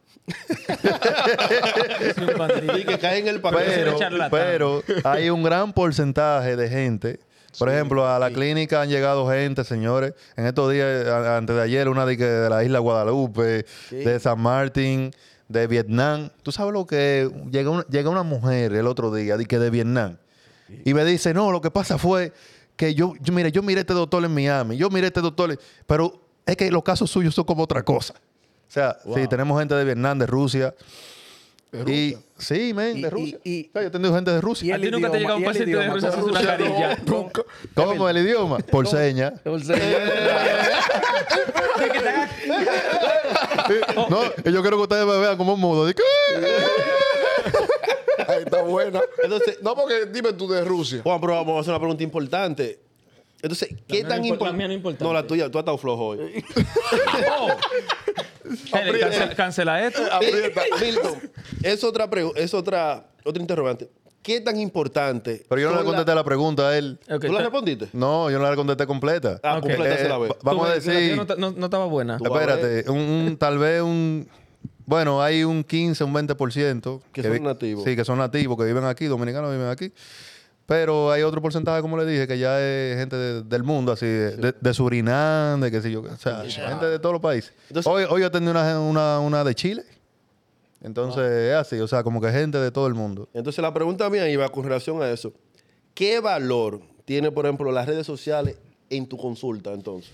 Speaker 1: Es un bandido.
Speaker 4: Y que caen en el paquete.
Speaker 1: ser
Speaker 3: pero,
Speaker 1: charlatán.
Speaker 3: pero hay un gran porcentaje de gente. Por ejemplo, a la clínica han llegado gente, señores. En estos días, a- antes de ayer, una de, que- de la isla Guadalupe, de San Martín, de Vietnam. ¿Tú sabes lo que llega una, llega una mujer el otro día de que de Vietnam? Y me dice, no, lo que pasa fue que yo, yo mire, yo miré a este doctor en Miami, yo miré a este doctor, en- pero es que los casos suyos son como otra cosa. O sea, sí, tenemos gente de Vietnam, de Rusia. Y, sí, men, de
Speaker 5: Y-
Speaker 3: Rusia.
Speaker 5: y- y-
Speaker 3: O sea, yo he tenido gente de Rusia.
Speaker 1: A ti nunca te llega un paciente de Rusia sin una carilla.
Speaker 2: Nunca.
Speaker 3: ¿Cómo el idioma? Por seña.
Speaker 1: De que te haga-
Speaker 3: No, yo quiero que ustedes me vean como un mudo. De que, "Eh".
Speaker 2: Ahí está buena.
Speaker 4: Entonces,
Speaker 2: No, porque dime tú de Rusia.
Speaker 4: Juan, pero vamos a hacer una pregunta importante. Entonces, ¿qué
Speaker 1: mía
Speaker 4: tan
Speaker 1: no impor- la
Speaker 4: impor-
Speaker 1: mía no importante.
Speaker 4: No, la tuya, tú has estado flojo hoy.
Speaker 1: Hele,
Speaker 4: eh. Ah,
Speaker 1: cancela, cancela esto.
Speaker 2: Aprieta.
Speaker 4: Milton, es otra pregu- es otra, otra interrogante. ¿Qué tan importante?
Speaker 3: Pero yo no
Speaker 4: son
Speaker 3: le contesté
Speaker 4: la-
Speaker 3: la pregunta a él.
Speaker 1: Ok,
Speaker 4: ¿Tú la
Speaker 1: te-
Speaker 4: respondiste?
Speaker 3: No, yo no la contesté completa. Eh,
Speaker 4: Ah,
Speaker 1: Ok.
Speaker 4: completa se la ve.
Speaker 3: va- vamos
Speaker 1: tú
Speaker 3: a
Speaker 1: ves, la tuya
Speaker 3: decir.
Speaker 1: no ta- No, no estaba buena.
Speaker 4: vas a
Speaker 3: Espérate, un, un- tal vez un. Bueno, hay un 15, un 20%.
Speaker 4: Que son
Speaker 3: vi-
Speaker 4: nativos.
Speaker 3: Sí, que son nativos, que viven aquí, dominicanos viven aquí. Pero hay otro porcentaje, como le dije, que ya es gente de- del mundo, así, de, de- de Surinam, de qué sé yo. O sea, gente de todos los países.
Speaker 4: Entonces-
Speaker 3: hoy, hoy yo atendí una, una, una de Chile. Entonces, es así, o sea, como que gente de todo el mundo.
Speaker 4: Entonces la pregunta mía iba con relación a eso. ¿Qué valor tiene, por ejemplo, las redes sociales en tu consulta entonces?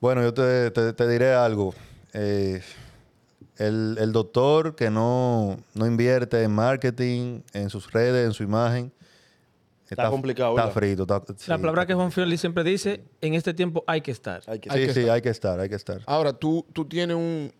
Speaker 3: Bueno, yo te, te- te diré algo. Eh, el, el doctor que no, no invierte en marketing, en sus redes, en su imagen.
Speaker 4: Está complicado,
Speaker 3: Está
Speaker 4: ¿verdad?
Speaker 3: frito. está-
Speaker 1: La
Speaker 3: sí,
Speaker 1: palabra que
Speaker 3: está-
Speaker 1: Juan Fiorelli siempre dice, en este tiempo hay que estar.
Speaker 4: Hay que
Speaker 2: Hay
Speaker 3: Sí,
Speaker 2: que
Speaker 3: sí,
Speaker 2: estar.
Speaker 3: hay que estar, hay que estar.
Speaker 2: Ahora, tú, tú tienes un.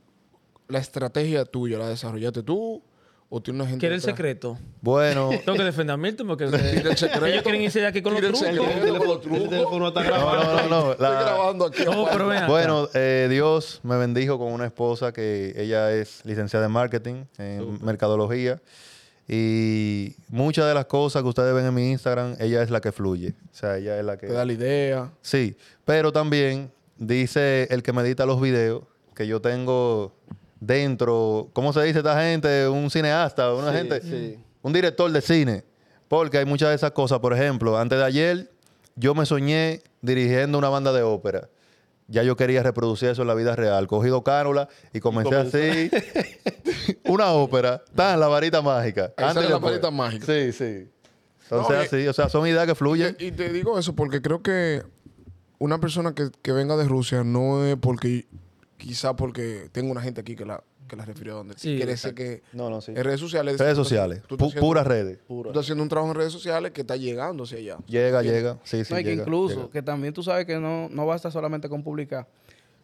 Speaker 2: La estrategia tuya, ¿la desarrollaste tú? ¿O tiene una gente.?
Speaker 1: ¿Quiere el
Speaker 2: detrás?
Speaker 1: secreto?
Speaker 3: Bueno,
Speaker 1: Tengo que defender a Milton porque
Speaker 2: Tira el secreto.
Speaker 1: ellos quieren irse de aquí con los
Speaker 2: Tira el
Speaker 1: trucos.
Speaker 2: secreto.
Speaker 4: El teléfono está
Speaker 3: no,
Speaker 4: grabado.
Speaker 3: no, no. no,
Speaker 2: Estoy
Speaker 3: la-
Speaker 2: grabando aquí.
Speaker 1: No, Oh, pero ven acá.
Speaker 3: bueno, eh, Dios me bendijo con una esposa que ella es licenciada en marketing, en mercadología. Y muchas de las cosas que ustedes ven en mi Instagram, ella es la que fluye. O sea, ella es la que...
Speaker 2: Te da la idea.
Speaker 3: Sí, pero también dice el que medita los videos que yo tengo dentro, ¿cómo se dice esta gente? Un cineasta, una
Speaker 4: Sí,
Speaker 3: gente,
Speaker 4: sí.
Speaker 3: un director de cine, porque hay muchas de esas cosas. Por ejemplo, antes de ayer yo me soñé dirigiendo una banda de ópera. Ya yo quería reproducir eso en la vida real. Cogido cánula y comencé así. una ópera. Tan la varita mágica.
Speaker 2: Ahí sale
Speaker 3: que
Speaker 2: la
Speaker 3: todo.
Speaker 2: varita mágica.
Speaker 3: Sí, sí. Entonces
Speaker 2: No, y-
Speaker 3: así, o sea, son ideas que fluyen.
Speaker 2: Y te digo eso porque creo que una persona que, que venga de Rusia no es porque. Quizá porque tengo una gente aquí que la, que la refirió a donde.
Speaker 1: Sí,
Speaker 2: quiere decir que.
Speaker 3: No, no, sí.
Speaker 2: En redes sociales.
Speaker 3: Redes
Speaker 2: tú estás-
Speaker 3: sociales,
Speaker 2: tú estás
Speaker 3: pu-
Speaker 2: haciendo-
Speaker 3: puras redes.
Speaker 2: Tú estás haciendo un trabajo en redes sociales que está llegando hacia allá.
Speaker 3: Llega, llega. Sí, sí,
Speaker 5: No, y que
Speaker 3: llega,
Speaker 5: incluso,
Speaker 3: llega.
Speaker 5: que también tú sabes que no, no basta solamente con publicar,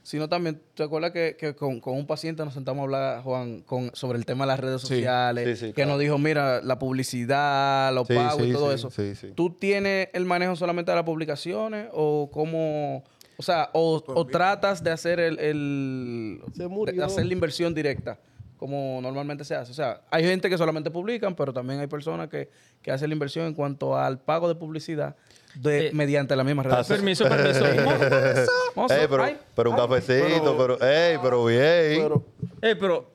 Speaker 5: sino también, ¿te acuerdas que, que con, con un paciente nos sentamos a hablar, Juan, con, sobre el tema de las redes
Speaker 2: Sí.
Speaker 5: sociales?
Speaker 3: Sí, sí,
Speaker 5: que
Speaker 3: claro.
Speaker 5: nos dijo, mira, la publicidad, los
Speaker 3: Sí,
Speaker 5: pagos
Speaker 3: sí,
Speaker 5: y todo
Speaker 3: sí,
Speaker 5: eso.
Speaker 3: sí, sí.
Speaker 5: ¿Tú tienes el manejo solamente de las publicaciones o cómo... O sea, o, o tratas de hacer el, el-
Speaker 4: Se murió.
Speaker 5: de hacer la inversión directa, como normalmente se hace. O sea, hay gente que solamente publican, pero también hay personas que, que hacen la inversión en cuanto al pago de publicidad de,
Speaker 1: Eh,
Speaker 5: mediante la misma red.
Speaker 3: hace-
Speaker 1: Permiso, permiso. Mozo, mozo,
Speaker 3: Ey, pero,
Speaker 1: ay.
Speaker 3: pero un cafecito, pero, ey, pero bien.
Speaker 4: Pero
Speaker 1: Eh, pero,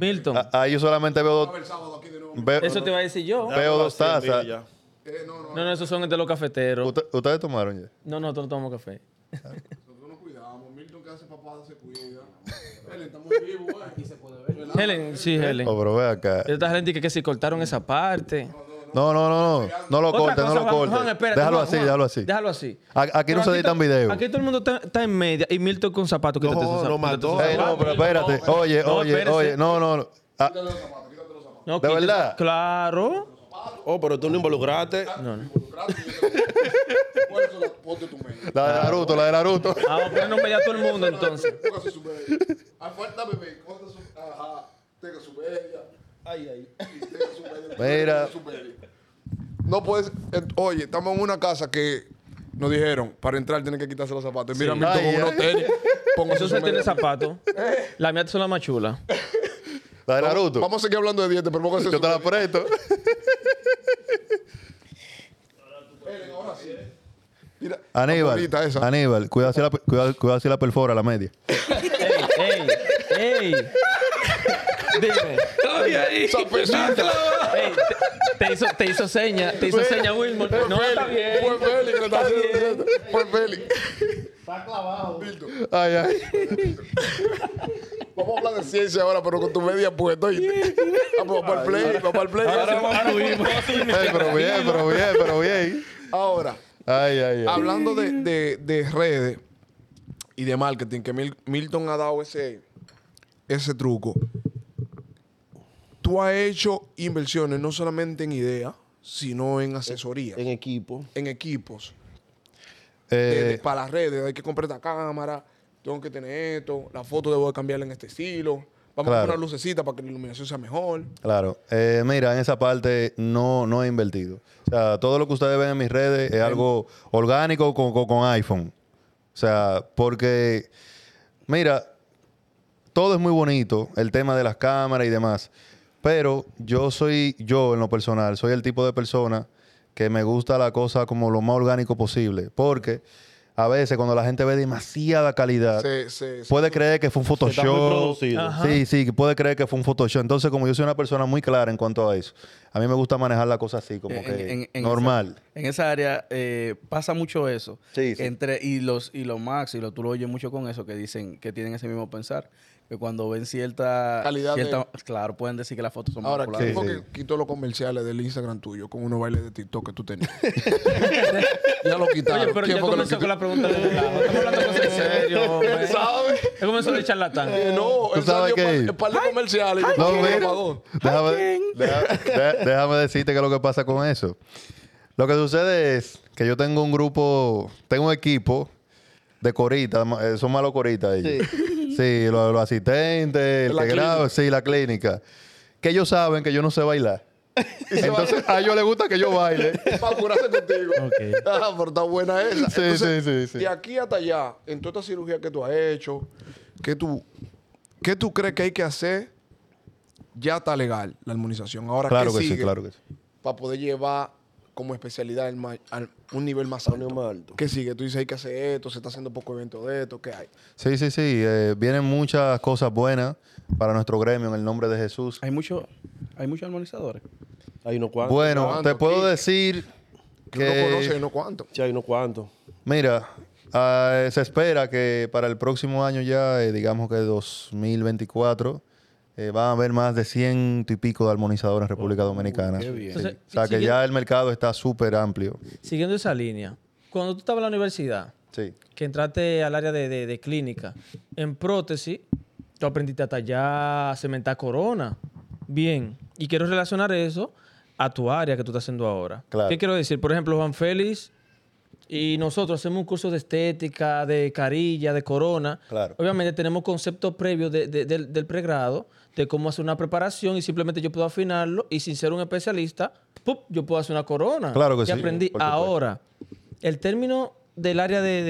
Speaker 1: Milton,
Speaker 3: A- Ahí yo solamente veo dos, veo,
Speaker 1: eso te va a decir yo.
Speaker 3: veo dos
Speaker 4: Así,
Speaker 3: tazas.
Speaker 4: mira, ya.
Speaker 1: No, no, esos son de los cafeteros.
Speaker 3: Usted- ustedes tomaron ya.
Speaker 1: No, no, nosotros no tomamos café.
Speaker 2: eh.
Speaker 1: Helen, sí, Helen.
Speaker 3: Oh, pero ve acá.
Speaker 1: Esta gente dice que si cortaron esa parte.
Speaker 3: No, no, no, no. No lo
Speaker 1: Otra
Speaker 3: cortes, no
Speaker 1: cosa,
Speaker 3: lo
Speaker 1: Juan, Juan,
Speaker 3: cortes.
Speaker 1: espérate,
Speaker 3: Déjalo
Speaker 1: Juan,
Speaker 3: así,
Speaker 1: Juan,
Speaker 3: déjalo así.
Speaker 1: Déjalo así.
Speaker 3: A- Aquí no
Speaker 1: Pero
Speaker 3: se editan
Speaker 1: to-
Speaker 3: videos.
Speaker 1: Aquí todo el mundo está, está en media y Milton con zapatos. Quítate
Speaker 4: No,
Speaker 1: esos
Speaker 4: no
Speaker 1: zapatos.
Speaker 4: mató.
Speaker 1: quítate
Speaker 3: Ey,
Speaker 1: esos
Speaker 3: no,
Speaker 1: zapatos.
Speaker 3: pero espérate. Oye,
Speaker 1: No,
Speaker 3: oye,
Speaker 1: espérese.
Speaker 3: oye. No, no. no. Ah,
Speaker 1: No,
Speaker 3: ¿De
Speaker 1: quítate-
Speaker 3: verdad?
Speaker 1: Claro.
Speaker 4: Oh, pero tú no involucraste.
Speaker 3: la de Naruto, la de Naruto.
Speaker 1: Ah, vamos a ponernos media a todo el mundo entonces.
Speaker 3: Mira.
Speaker 2: No puedes. eh, Oye, estamos en una casa que nos dijeron, para entrar tienen que quitarse los zapatos. Mira, Milton
Speaker 3: Ay,
Speaker 2: con unos
Speaker 3: ay.
Speaker 2: tenis. Póngase
Speaker 1: Entonces
Speaker 2: su
Speaker 1: tiene
Speaker 2: media.
Speaker 1: zapatos. La mía son las más chulas.
Speaker 3: La de Naruto.
Speaker 2: Vamos a seguir hablando de dientes, pero póngase
Speaker 3: Yo
Speaker 2: su
Speaker 3: te la
Speaker 2: media.
Speaker 3: presto.
Speaker 2: Mira,
Speaker 3: Aníbal,
Speaker 2: bonita esa.
Speaker 3: Aníbal, cuidado si la, cuidado, cuidado si la perfora la media.
Speaker 1: Ey, ey, ey. Dime. Ey, te, te hizo, te hizo seña, te hizo seña Wilmot.
Speaker 2: Fue
Speaker 1: No,
Speaker 2: Félix,
Speaker 1: está bien.
Speaker 2: Fue Félix que le está
Speaker 1: Está
Speaker 2: haciendo
Speaker 1: bien.
Speaker 2: directo. Fue Félix.
Speaker 3: Ay, ay.
Speaker 2: Vamos a hablar de ciencia ahora, pero con tu media puesta. oíste. Vamos para el play, vamos para el play.
Speaker 1: Ahora vamos a subir, vamos a subir.
Speaker 3: Ey, pero bien, pero bien, pero bien.
Speaker 2: Ahora,
Speaker 3: Ay, ay, ay.
Speaker 2: hablando de, de- de redes y de marketing, que Mil- Milton ha dado ese, ese truco. Tú has hecho inversiones no solamente en ideas, sino en asesoría,
Speaker 4: En
Speaker 2: en,
Speaker 4: equipo.
Speaker 2: equipos. de- de-
Speaker 3: Eh,
Speaker 2: para las redes, hay que comprar esta cámara, tengo que tener esto, la foto debo de cambiarla en este estilo. Vamos a
Speaker 3: Claro.
Speaker 2: poner una lucecita para que la iluminación sea mejor.
Speaker 3: claro. Eh, mira, en esa parte no, no he invertido. O sea, todo lo que ustedes ven en mis redes es algo orgánico con, con- con iPhone. O sea, porque, mira, todo es muy bonito, el tema de las cámaras y demás. Pero yo soy, yo en lo personal, soy el tipo de persona que me gusta la cosa como lo más orgánico posible. Porque a veces cuando la gente ve demasiada calidad,
Speaker 2: Se- se- se-
Speaker 3: puede creer que fue un
Speaker 4: Está muy
Speaker 3: Photoshop.
Speaker 4: producido.
Speaker 1: Ajá.
Speaker 3: Sí, sí, que puede creer que fue un Photoshop. Entonces, como yo soy una persona muy clara en cuanto a eso, a mí me gusta manejar la cosa así, como
Speaker 5: Eh, En-
Speaker 3: que
Speaker 5: en- en
Speaker 3: normal.
Speaker 5: esa- en esa área eh, pasa mucho eso.
Speaker 3: Sí, sí.
Speaker 5: Entre, y los, y los Max, y lo, tú lo oyes mucho con eso, que dicen que tienen ese mismo pensar. Que cuando ven cierta.
Speaker 2: Calidad de-
Speaker 5: cierta- Claro, pueden decir que las fotos son
Speaker 2: Ahora, ¿quién
Speaker 5: manipuladas.
Speaker 2: fue
Speaker 3: Sí,
Speaker 2: que
Speaker 3: sí.
Speaker 2: quitó los comerciales del Instagram tuyo con unos bailes de TikTok que tú tenías? ya lo quitaron.
Speaker 1: Oye, pero
Speaker 2: ¿Quién
Speaker 1: ya
Speaker 2: fue que lo
Speaker 1: comenzó
Speaker 2: quitó?
Speaker 1: con la pregunta de relajo. Estamos hablando de cosas en serio, hombre.
Speaker 2: ¿Sabes?
Speaker 1: Ya comenzó el charlatán.
Speaker 2: Eh, no,
Speaker 3: ¿Tú
Speaker 2: él
Speaker 3: sabes
Speaker 2: salió
Speaker 3: qué?
Speaker 2: pa- un par de comerciales. y yo,
Speaker 3: No,
Speaker 2: ¿por qué
Speaker 3: mira,
Speaker 2: no pagó?
Speaker 3: déjame, deja- deja- déjame decirte qué es lo que pasa con eso. Lo que sucede es que yo tengo un grupo, tengo un equipo de coritas, ma- eh, son malos coritas ellos. Sí, lo- los asistentes, el
Speaker 2: La
Speaker 3: que graba, sí, la clínica. Que ellos saben que yo no sé bailar. Entonces a ellos les gusta que yo baile.
Speaker 2: Para curarse contigo.
Speaker 1: Ok.
Speaker 2: Ah, pero está buena esa.
Speaker 3: Sí, sí, sí, sí.
Speaker 2: De aquí hasta allá, en toda esta cirugía que tú has hecho, ¿qué tú, qué tú crees que hay que hacer? Ya está legal la armonización. Ahora,
Speaker 3: Claro
Speaker 2: ¿qué
Speaker 3: que sí,
Speaker 2: sigue
Speaker 3: claro que sí.
Speaker 2: Para poder llevar como especialidad al ma- al- un nivel más alto.
Speaker 4: nivel más alto.
Speaker 2: ¿Qué sigue? Tú dices, hay que hacer esto, se está haciendo poco evento de esto, ¿qué hay?
Speaker 3: Sí, sí, sí. eh, vienen muchas cosas buenas para nuestro gremio en el nombre de Jesús.
Speaker 5: Hay mucho, hay muchos armonizadores.
Speaker 4: Hay unos cuantos.
Speaker 3: Bueno,
Speaker 2: ¿Cuánto?
Speaker 3: te puedo
Speaker 2: ¿Qué?
Speaker 3: decir
Speaker 2: Que uno
Speaker 3: que-
Speaker 2: conoce y no cuánto.
Speaker 4: Sí, hay unos cuantos.
Speaker 3: Mira, ah, se espera que para el próximo año ya, eh, digamos que 2024, eh, van a haber más de ciento y pico de armonizadores en República
Speaker 2: Oh,
Speaker 3: Dominicana.
Speaker 5: qué bien.
Speaker 3: Sí.
Speaker 1: Entonces,
Speaker 3: O sea, que
Speaker 1: sigue-
Speaker 3: ya el mercado está súper amplio.
Speaker 1: Siguiendo esa línea, cuando tú estabas en la universidad,
Speaker 3: Sí.
Speaker 1: que entraste al área de, de- de clínica, en prótesis, tú aprendiste a tallar, a cementar corona. Bien. Y quiero relacionar eso a tu área que tú estás haciendo ahora.
Speaker 3: Claro.
Speaker 1: ¿Qué quiero decir? Por ejemplo, Juan Félix y nosotros hacemos un curso de estética, de carilla, de corona.
Speaker 3: Claro.
Speaker 1: Obviamente tenemos conceptos previos de- de- del, del pregrado, de cómo hacer una preparación y simplemente yo puedo afinarlo y sin ser un especialista, ¡pup! yo puedo hacer una corona.
Speaker 3: Claro que sí,
Speaker 1: aprendí.
Speaker 3: por supuesto.
Speaker 1: Ahora, el término del área de,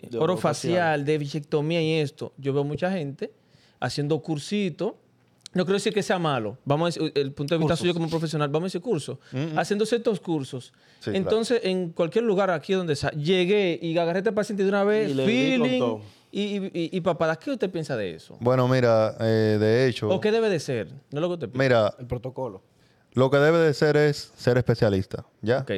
Speaker 1: de
Speaker 4: De
Speaker 1: orofacial, de bichectomía y esto, yo veo mucha gente haciendo cursitos. No quiero decir que sea malo. Vamos a decir, el punto de vista suyo como profesional, vamos a decir cursos. Haciendo ciertos cursos.
Speaker 3: Sí, claro.
Speaker 1: Entonces, en cualquier lugar aquí donde sea, llegué y agarré a este paciente de una vez,
Speaker 4: Y le di con
Speaker 1: feeling
Speaker 4: todo.
Speaker 1: y, y, y- y papadas. ¿Qué usted piensa de eso?
Speaker 3: Bueno, mira, eh, de hecho,
Speaker 1: ¿O qué debe de ser? No es lo que usted piensa.
Speaker 3: mira,
Speaker 5: El protocolo.
Speaker 3: lo que debe de ser es ser especialista, ¿ya?
Speaker 1: Ok.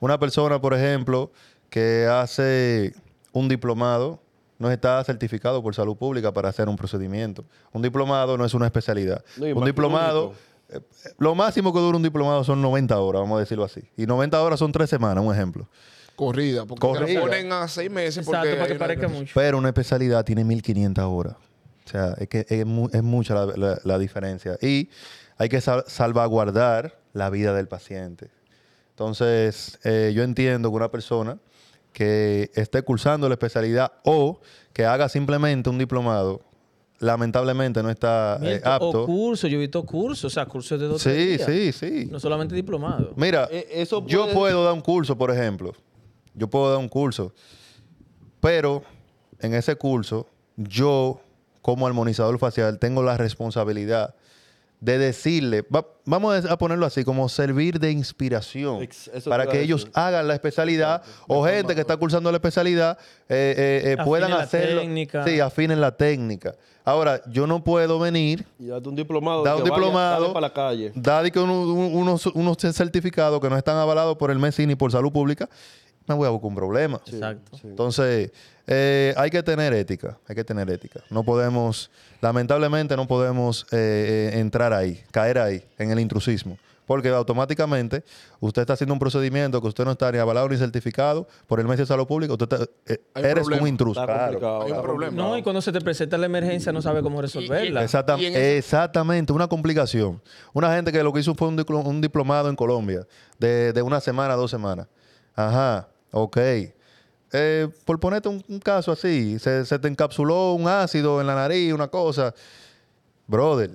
Speaker 3: Una persona, por ejemplo, que hace un diplomado, no está certificado por salud pública para hacer un procedimiento. Un diplomado no es una especialidad.
Speaker 4: No, y
Speaker 3: un
Speaker 4: más
Speaker 3: diplomado, eh, lo máximo que dura un diplomado son 90 horas, vamos a decirlo así. Y 90 horas son tres semanas, un ejemplo.
Speaker 2: Corrida, porque te
Speaker 3: Corrida.
Speaker 2: lo ponen a seis meses.
Speaker 1: Exacto,
Speaker 2: porque
Speaker 1: para que
Speaker 2: hay
Speaker 1: parezca
Speaker 2: una-
Speaker 1: mucho.
Speaker 3: Pero una especialidad tiene 1500 horas. O sea, es que es, mu- es mucha la, la- la diferencia. Y hay que sal- salvaguardar la vida del paciente. Entonces, eh, yo entiendo que una persona que esté cursando la especialidad o que haga simplemente un diplomado, lamentablemente no está eh,
Speaker 1: Miento, O
Speaker 3: apto.
Speaker 1: curso, yo he visto cursos, o sea, cursos de dos
Speaker 3: Sí, sí, sí.
Speaker 1: No solamente diplomado.
Speaker 3: Mira,
Speaker 4: Eh, eso
Speaker 3: yo
Speaker 4: puede-
Speaker 3: puedo dar un curso, por ejemplo. Yo puedo dar un curso. Pero en ese curso, yo, como armonizador facial, tengo la responsabilidad de decirle, va- vamos a des- a ponerlo así, como servir de inspiración
Speaker 4: Ex- eso te
Speaker 3: para
Speaker 4: iba a
Speaker 3: que
Speaker 4: decir.
Speaker 3: ellos hagan la especialidad o gente que está cursando la especialidad eh, eh, eh,
Speaker 1: Afinen
Speaker 3: puedan
Speaker 1: la
Speaker 3: hacerlo.
Speaker 1: técnica.
Speaker 3: Sí, afinen la técnica. Ahora, yo no puedo venir
Speaker 4: Y date un diplomado.
Speaker 3: da
Speaker 4: que
Speaker 3: un
Speaker 4: vaya,
Speaker 3: diplomado,
Speaker 4: dale para la calle.
Speaker 3: da de que uno- un- unos, unos certificados que no están avalados por el MESI ni por salud pública, me voy a buscar un problema.
Speaker 1: Exacto.
Speaker 3: Entonces, eh, hay que tener ética, hay que tener ética. No podemos, lamentablemente no podemos eh, eh, entrar ahí, caer ahí, en el intrusismo. Porque automáticamente usted está haciendo un procedimiento que usted no está ni avalado ni certificado por el Ministerio de Salud Pública. Usted está- eh,
Speaker 2: Hay un
Speaker 3: eres
Speaker 2: problema.
Speaker 3: un intruso.
Speaker 4: Está complicado.
Speaker 2: Hay un
Speaker 4: está
Speaker 2: problema.
Speaker 4: complicado.
Speaker 1: No, y cuando se te presenta la emergencia no sabe cómo resolverla.
Speaker 3: Exactam-
Speaker 2: Y en esa-
Speaker 3: exactamente, una complicación. Una gente que lo que hizo fue un, diclo- un diplomado en Colombia de, de una semana a dos semanas. Ajá, ok. Eh, por ponerte un, un caso así, se, se te encapsuló un ácido en la nariz, una cosa. Brother,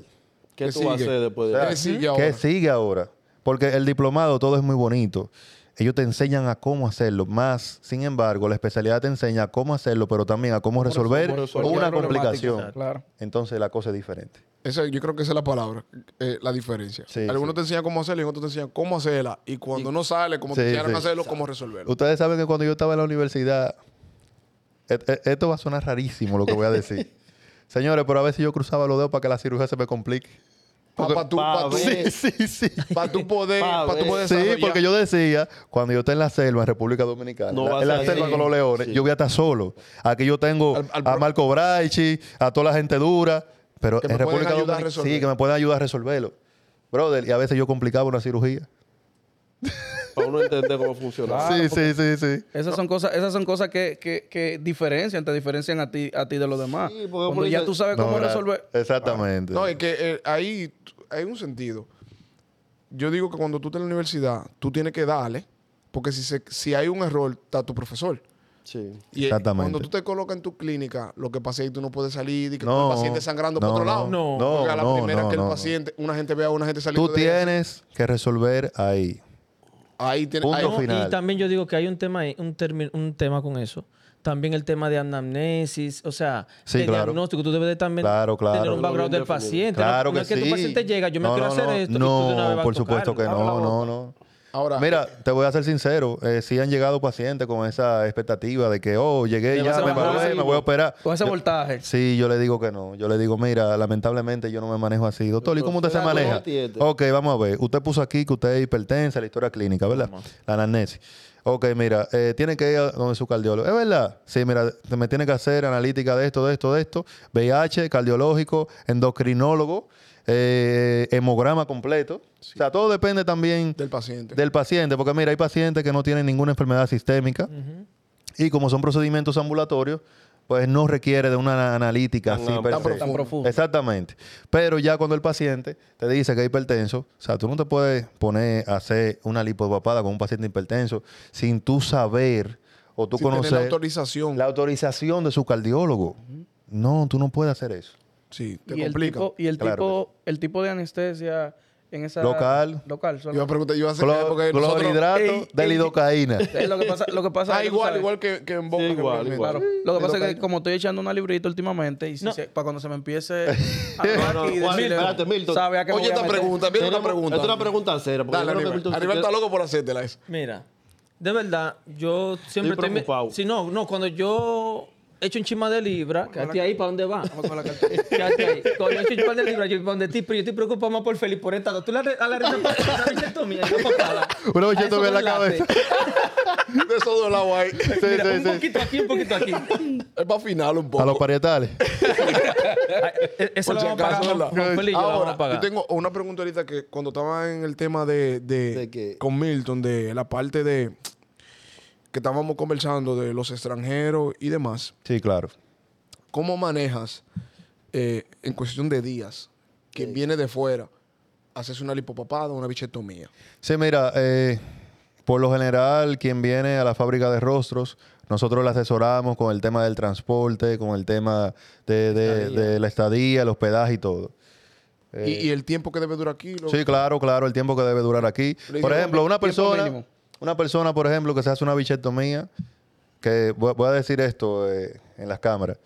Speaker 4: ¿Qué
Speaker 2: ¿Qué
Speaker 4: tú vas a
Speaker 2: sigue?
Speaker 4: hacer después de
Speaker 2: ¿Qué
Speaker 4: eso?
Speaker 2: sigue ahora?
Speaker 3: ¿qué sigue ahora? Porque el diplomado todo es muy bonito. Ellos te enseñan a cómo hacerlo, más, sin embargo, la especialidad te enseña a cómo hacerlo, pero también a cómo resolver
Speaker 5: resolver
Speaker 3: una
Speaker 5: la problemática,
Speaker 3: complicación.
Speaker 5: claro.
Speaker 3: Entonces la cosa es diferente.
Speaker 2: Esa, yo creo que esa es la palabra, eh, la diferencia.
Speaker 3: Sí,
Speaker 2: Algunos
Speaker 3: sí.
Speaker 2: te enseñan cómo hacerla y otros te enseñan cómo hacerla. Y cuando no sale, cómo
Speaker 3: Sí,
Speaker 2: te enseñaron
Speaker 3: sí.
Speaker 2: a hacerlo, cómo resolverlo.
Speaker 3: Ustedes saben que cuando yo estaba en la universidad, et- et- esto va a sonar rarísimo lo que voy a decir. Señores, pero a veces yo cruzaba los dedos para que la cirugía se me complique.
Speaker 2: Para tú, pa'
Speaker 4: pa'
Speaker 2: tú-
Speaker 4: ver.
Speaker 3: Sí, sí, sí.
Speaker 2: pa' tú poder,
Speaker 4: Pa'
Speaker 2: pa' tú
Speaker 4: ver.
Speaker 2: poder
Speaker 3: Sí,
Speaker 2: desarrollar.
Speaker 3: porque yo decía, cuando yo esté en la selva, en República Dominicana,
Speaker 4: No
Speaker 3: la-
Speaker 4: vas
Speaker 3: en la
Speaker 4: a-
Speaker 3: selva
Speaker 4: sí.
Speaker 3: con los leones, yo voy a estar solo. Aquí yo tengo
Speaker 2: Al- al
Speaker 3: a
Speaker 2: pro-
Speaker 3: Marco Braichi, a toda la gente dura, pero
Speaker 2: Que
Speaker 3: en
Speaker 2: me pueden
Speaker 3: República
Speaker 2: ayudar a
Speaker 3: Dominicana,
Speaker 2: resolver.
Speaker 3: sí, que me pueden ayudar a resolverlo. Brother, y a veces yo complicaba una cirugía.
Speaker 4: Para uno entender cómo funciona.
Speaker 5: Claro,
Speaker 3: sí, sí, sí, sí.
Speaker 5: Esas son cosas, esas son cosas que, que, que diferencian, te diferencian a ti, a ti de los demás.
Speaker 4: Sí, porque
Speaker 5: Cuando
Speaker 4: por
Speaker 5: ya
Speaker 4: eso-
Speaker 5: tú sabes
Speaker 3: No,
Speaker 5: cómo
Speaker 3: gra-
Speaker 5: resolver.
Speaker 3: Exactamente.
Speaker 2: No, es que eh, ahí t- hay un sentido. Yo digo que cuando tú estás en la universidad, tú tienes que darle, porque si, se- si hay un error, está tu profesor.
Speaker 4: Sí.
Speaker 2: Y eh,
Speaker 3: Exactamente.
Speaker 2: cuando tú te colocas en tu clínica, lo que pasa es que tú no puedes salir y que
Speaker 3: No,
Speaker 2: el paciente sangrando
Speaker 3: no,
Speaker 2: por otro
Speaker 3: no,
Speaker 2: lado.
Speaker 1: no,
Speaker 2: porque a la
Speaker 3: no,
Speaker 2: primera
Speaker 3: no,
Speaker 2: que el
Speaker 3: no, no.
Speaker 2: paciente, una gente vea a una gente saliendo
Speaker 3: Tú
Speaker 2: de-
Speaker 3: tienes que resolver ahí.
Speaker 2: Ahí tiene,
Speaker 3: Punto
Speaker 2: ahí-
Speaker 1: No,
Speaker 3: final.
Speaker 1: Y también yo digo que hay un tema, ahí- un, termi- un tema con eso. También el tema de anamnesis, o sea,
Speaker 3: Sí,
Speaker 1: de
Speaker 3: claro.
Speaker 1: diagnóstico. Tú debes de también
Speaker 3: Claro, claro.
Speaker 1: tener un background
Speaker 4: Bien
Speaker 1: del
Speaker 4: definido.
Speaker 1: paciente.
Speaker 3: Claro
Speaker 1: no,
Speaker 3: que
Speaker 1: no es que
Speaker 3: sí.
Speaker 1: tu paciente llega, yo me
Speaker 3: No,
Speaker 1: quiero
Speaker 3: no,
Speaker 1: hacer
Speaker 3: no.
Speaker 1: esto. y tú de una vez
Speaker 3: No,
Speaker 1: vas a
Speaker 3: por supuesto que
Speaker 1: tocarlo.
Speaker 3: no, no, no.
Speaker 2: Ahora, eh,
Speaker 3: Mira, te voy a ser sincero. eh, sí han llegado pacientes con esa expectativa de que, oh, llegué
Speaker 5: Me vas
Speaker 3: ya,
Speaker 5: a
Speaker 3: me
Speaker 5: bajar
Speaker 3: paré,
Speaker 5: así,
Speaker 3: me voy a operar.
Speaker 5: Con ese
Speaker 3: Yo-
Speaker 5: voltaje.
Speaker 3: Sí, yo le digo que no. Yo le digo, mira, lamentablemente yo no me manejo así. Doctor, ¿y cómo usted se
Speaker 4: Doctor, ¿cómo
Speaker 3: maneja?
Speaker 4: atiende?
Speaker 3: Ok, vamos a ver. Usted puso aquí que usted es hipertensa, la historia clínica, ¿verdad? La anamnesis. Ok, mira, eh, tiene que ir a donde su cardiólogo. ¿Es verdad? Sí, mira, te- me tiene que hacer analítica de esto, de esto, de esto. VIH, cardiológico, endocrinólogo, eh, hemograma completo. O sea, todo depende también
Speaker 2: del paciente.
Speaker 3: del paciente, porque mira, hay pacientes que no tienen ninguna enfermedad sistémica y como son procedimientos ambulatorios, pues no requiere de una analítica así
Speaker 4: Tan
Speaker 3: per
Speaker 2: tan
Speaker 3: se.
Speaker 5: Tan profundo.
Speaker 3: Exactamente. Pero ya cuando el paciente te dice que es hipertenso, o sea, tú no te puedes poner a hacer una lipopapada con un paciente hipertenso sin tú saber o tú
Speaker 2: Sin tener
Speaker 3: conocer
Speaker 2: la autorización.
Speaker 3: la autorización de su cardiólogo. No, tú no puedes hacer eso.
Speaker 2: sí, te
Speaker 5: Y el,
Speaker 2: complica.
Speaker 5: tipo, y el
Speaker 3: Claro
Speaker 5: tipo, el tipo de anestesia en esa
Speaker 3: Local.
Speaker 5: local solo.
Speaker 2: Yo iba a preguntar, yo iba a hacer
Speaker 3: Clor-
Speaker 2: porque nosotros-
Speaker 3: Clorhidrato
Speaker 5: Ey,
Speaker 3: de
Speaker 5: ey,
Speaker 3: lidocaína.
Speaker 5: Es lo que pasa, lo que pasa es
Speaker 2: Ah,
Speaker 5: que tú
Speaker 2: igual,
Speaker 5: sabes,
Speaker 2: igual que, que en boca.
Speaker 4: Sí, igual,
Speaker 2: generalmente.
Speaker 4: igual.
Speaker 5: Claro. Lo que pasa es que
Speaker 2: Lidocaína.
Speaker 5: como estoy echando una librita últimamente y si
Speaker 1: No.
Speaker 5: se- para cuando se me empiece a hablar
Speaker 4: No, no,
Speaker 5: y
Speaker 4: Juan,
Speaker 5: decirle,
Speaker 4: espérate, Milton.
Speaker 5: sabe a qué me
Speaker 2: Oye,
Speaker 5: voy a
Speaker 2: esta
Speaker 5: meter.
Speaker 2: pregunta, mira esta
Speaker 4: Tenemos-
Speaker 2: pregunta.
Speaker 4: Esta es una pregunta seria. porque
Speaker 2: Dale,
Speaker 4: yo creo que
Speaker 2: Aníbal.
Speaker 4: Milton se
Speaker 2: Aníbal está
Speaker 4: queda-
Speaker 2: loco por hacértela eh. esa.
Speaker 1: Mira, de verdad, yo siempre
Speaker 4: Estoy
Speaker 1: me-
Speaker 4: preocupado.
Speaker 1: Sí, no, no, cuando yo echo un chisma de libra, quédate ahí, ¿para dónde va?
Speaker 5: Vamos con la cartera.
Speaker 1: Quédate ahí. Cuando yo echo un chisma de libra, yo para donde ti, pero yo estoy preocupado más por Felipe por esta. Tú la re- a la bichetomía,
Speaker 3: Una bichetomía en la cabeza.
Speaker 2: De esos dos lados ahí.
Speaker 1: Mira,
Speaker 3: sí,
Speaker 1: un
Speaker 3: sí.
Speaker 1: poquito aquí, un poquito aquí.
Speaker 2: Es para afinar un poco.
Speaker 3: A los parietales.
Speaker 1: e, Eso
Speaker 2: Por
Speaker 1: lo
Speaker 2: si
Speaker 1: vamos a pagar,
Speaker 2: acaso,
Speaker 1: Juan-
Speaker 2: la-
Speaker 1: Juan Feli y yo la vamos
Speaker 2: Ahora,
Speaker 1: a pagar.
Speaker 2: yo tengo una pregunta ahorita que cuando estaba en el tema de, de-
Speaker 4: ¿De qué?
Speaker 2: con Milton, de la parte de que estábamos conversando de los extranjeros y demás,
Speaker 3: Sí, claro.
Speaker 2: ¿cómo manejas eh, en cuestión de días que viene de fuera, haces una lipopapada o una bichetomía?
Speaker 3: Sí, mira, eh, por lo general, quien viene a la fábrica de rostros, nosotros le asesoramos con el tema del transporte, con el tema de, de- de la estadía, el hospedaje y todo. Eh,
Speaker 2: Y, y el tiempo que debe durar aquí. lo-
Speaker 3: Sí, claro, claro, el tiempo que debe durar aquí.
Speaker 2: Le digo,
Speaker 3: Por ejemplo, una
Speaker 5: tiempo
Speaker 3: persona,
Speaker 5: mínimo.
Speaker 3: una persona, por ejemplo, que se hace una bichetomía, que voy, voy a decir esto eh, en las cámaras.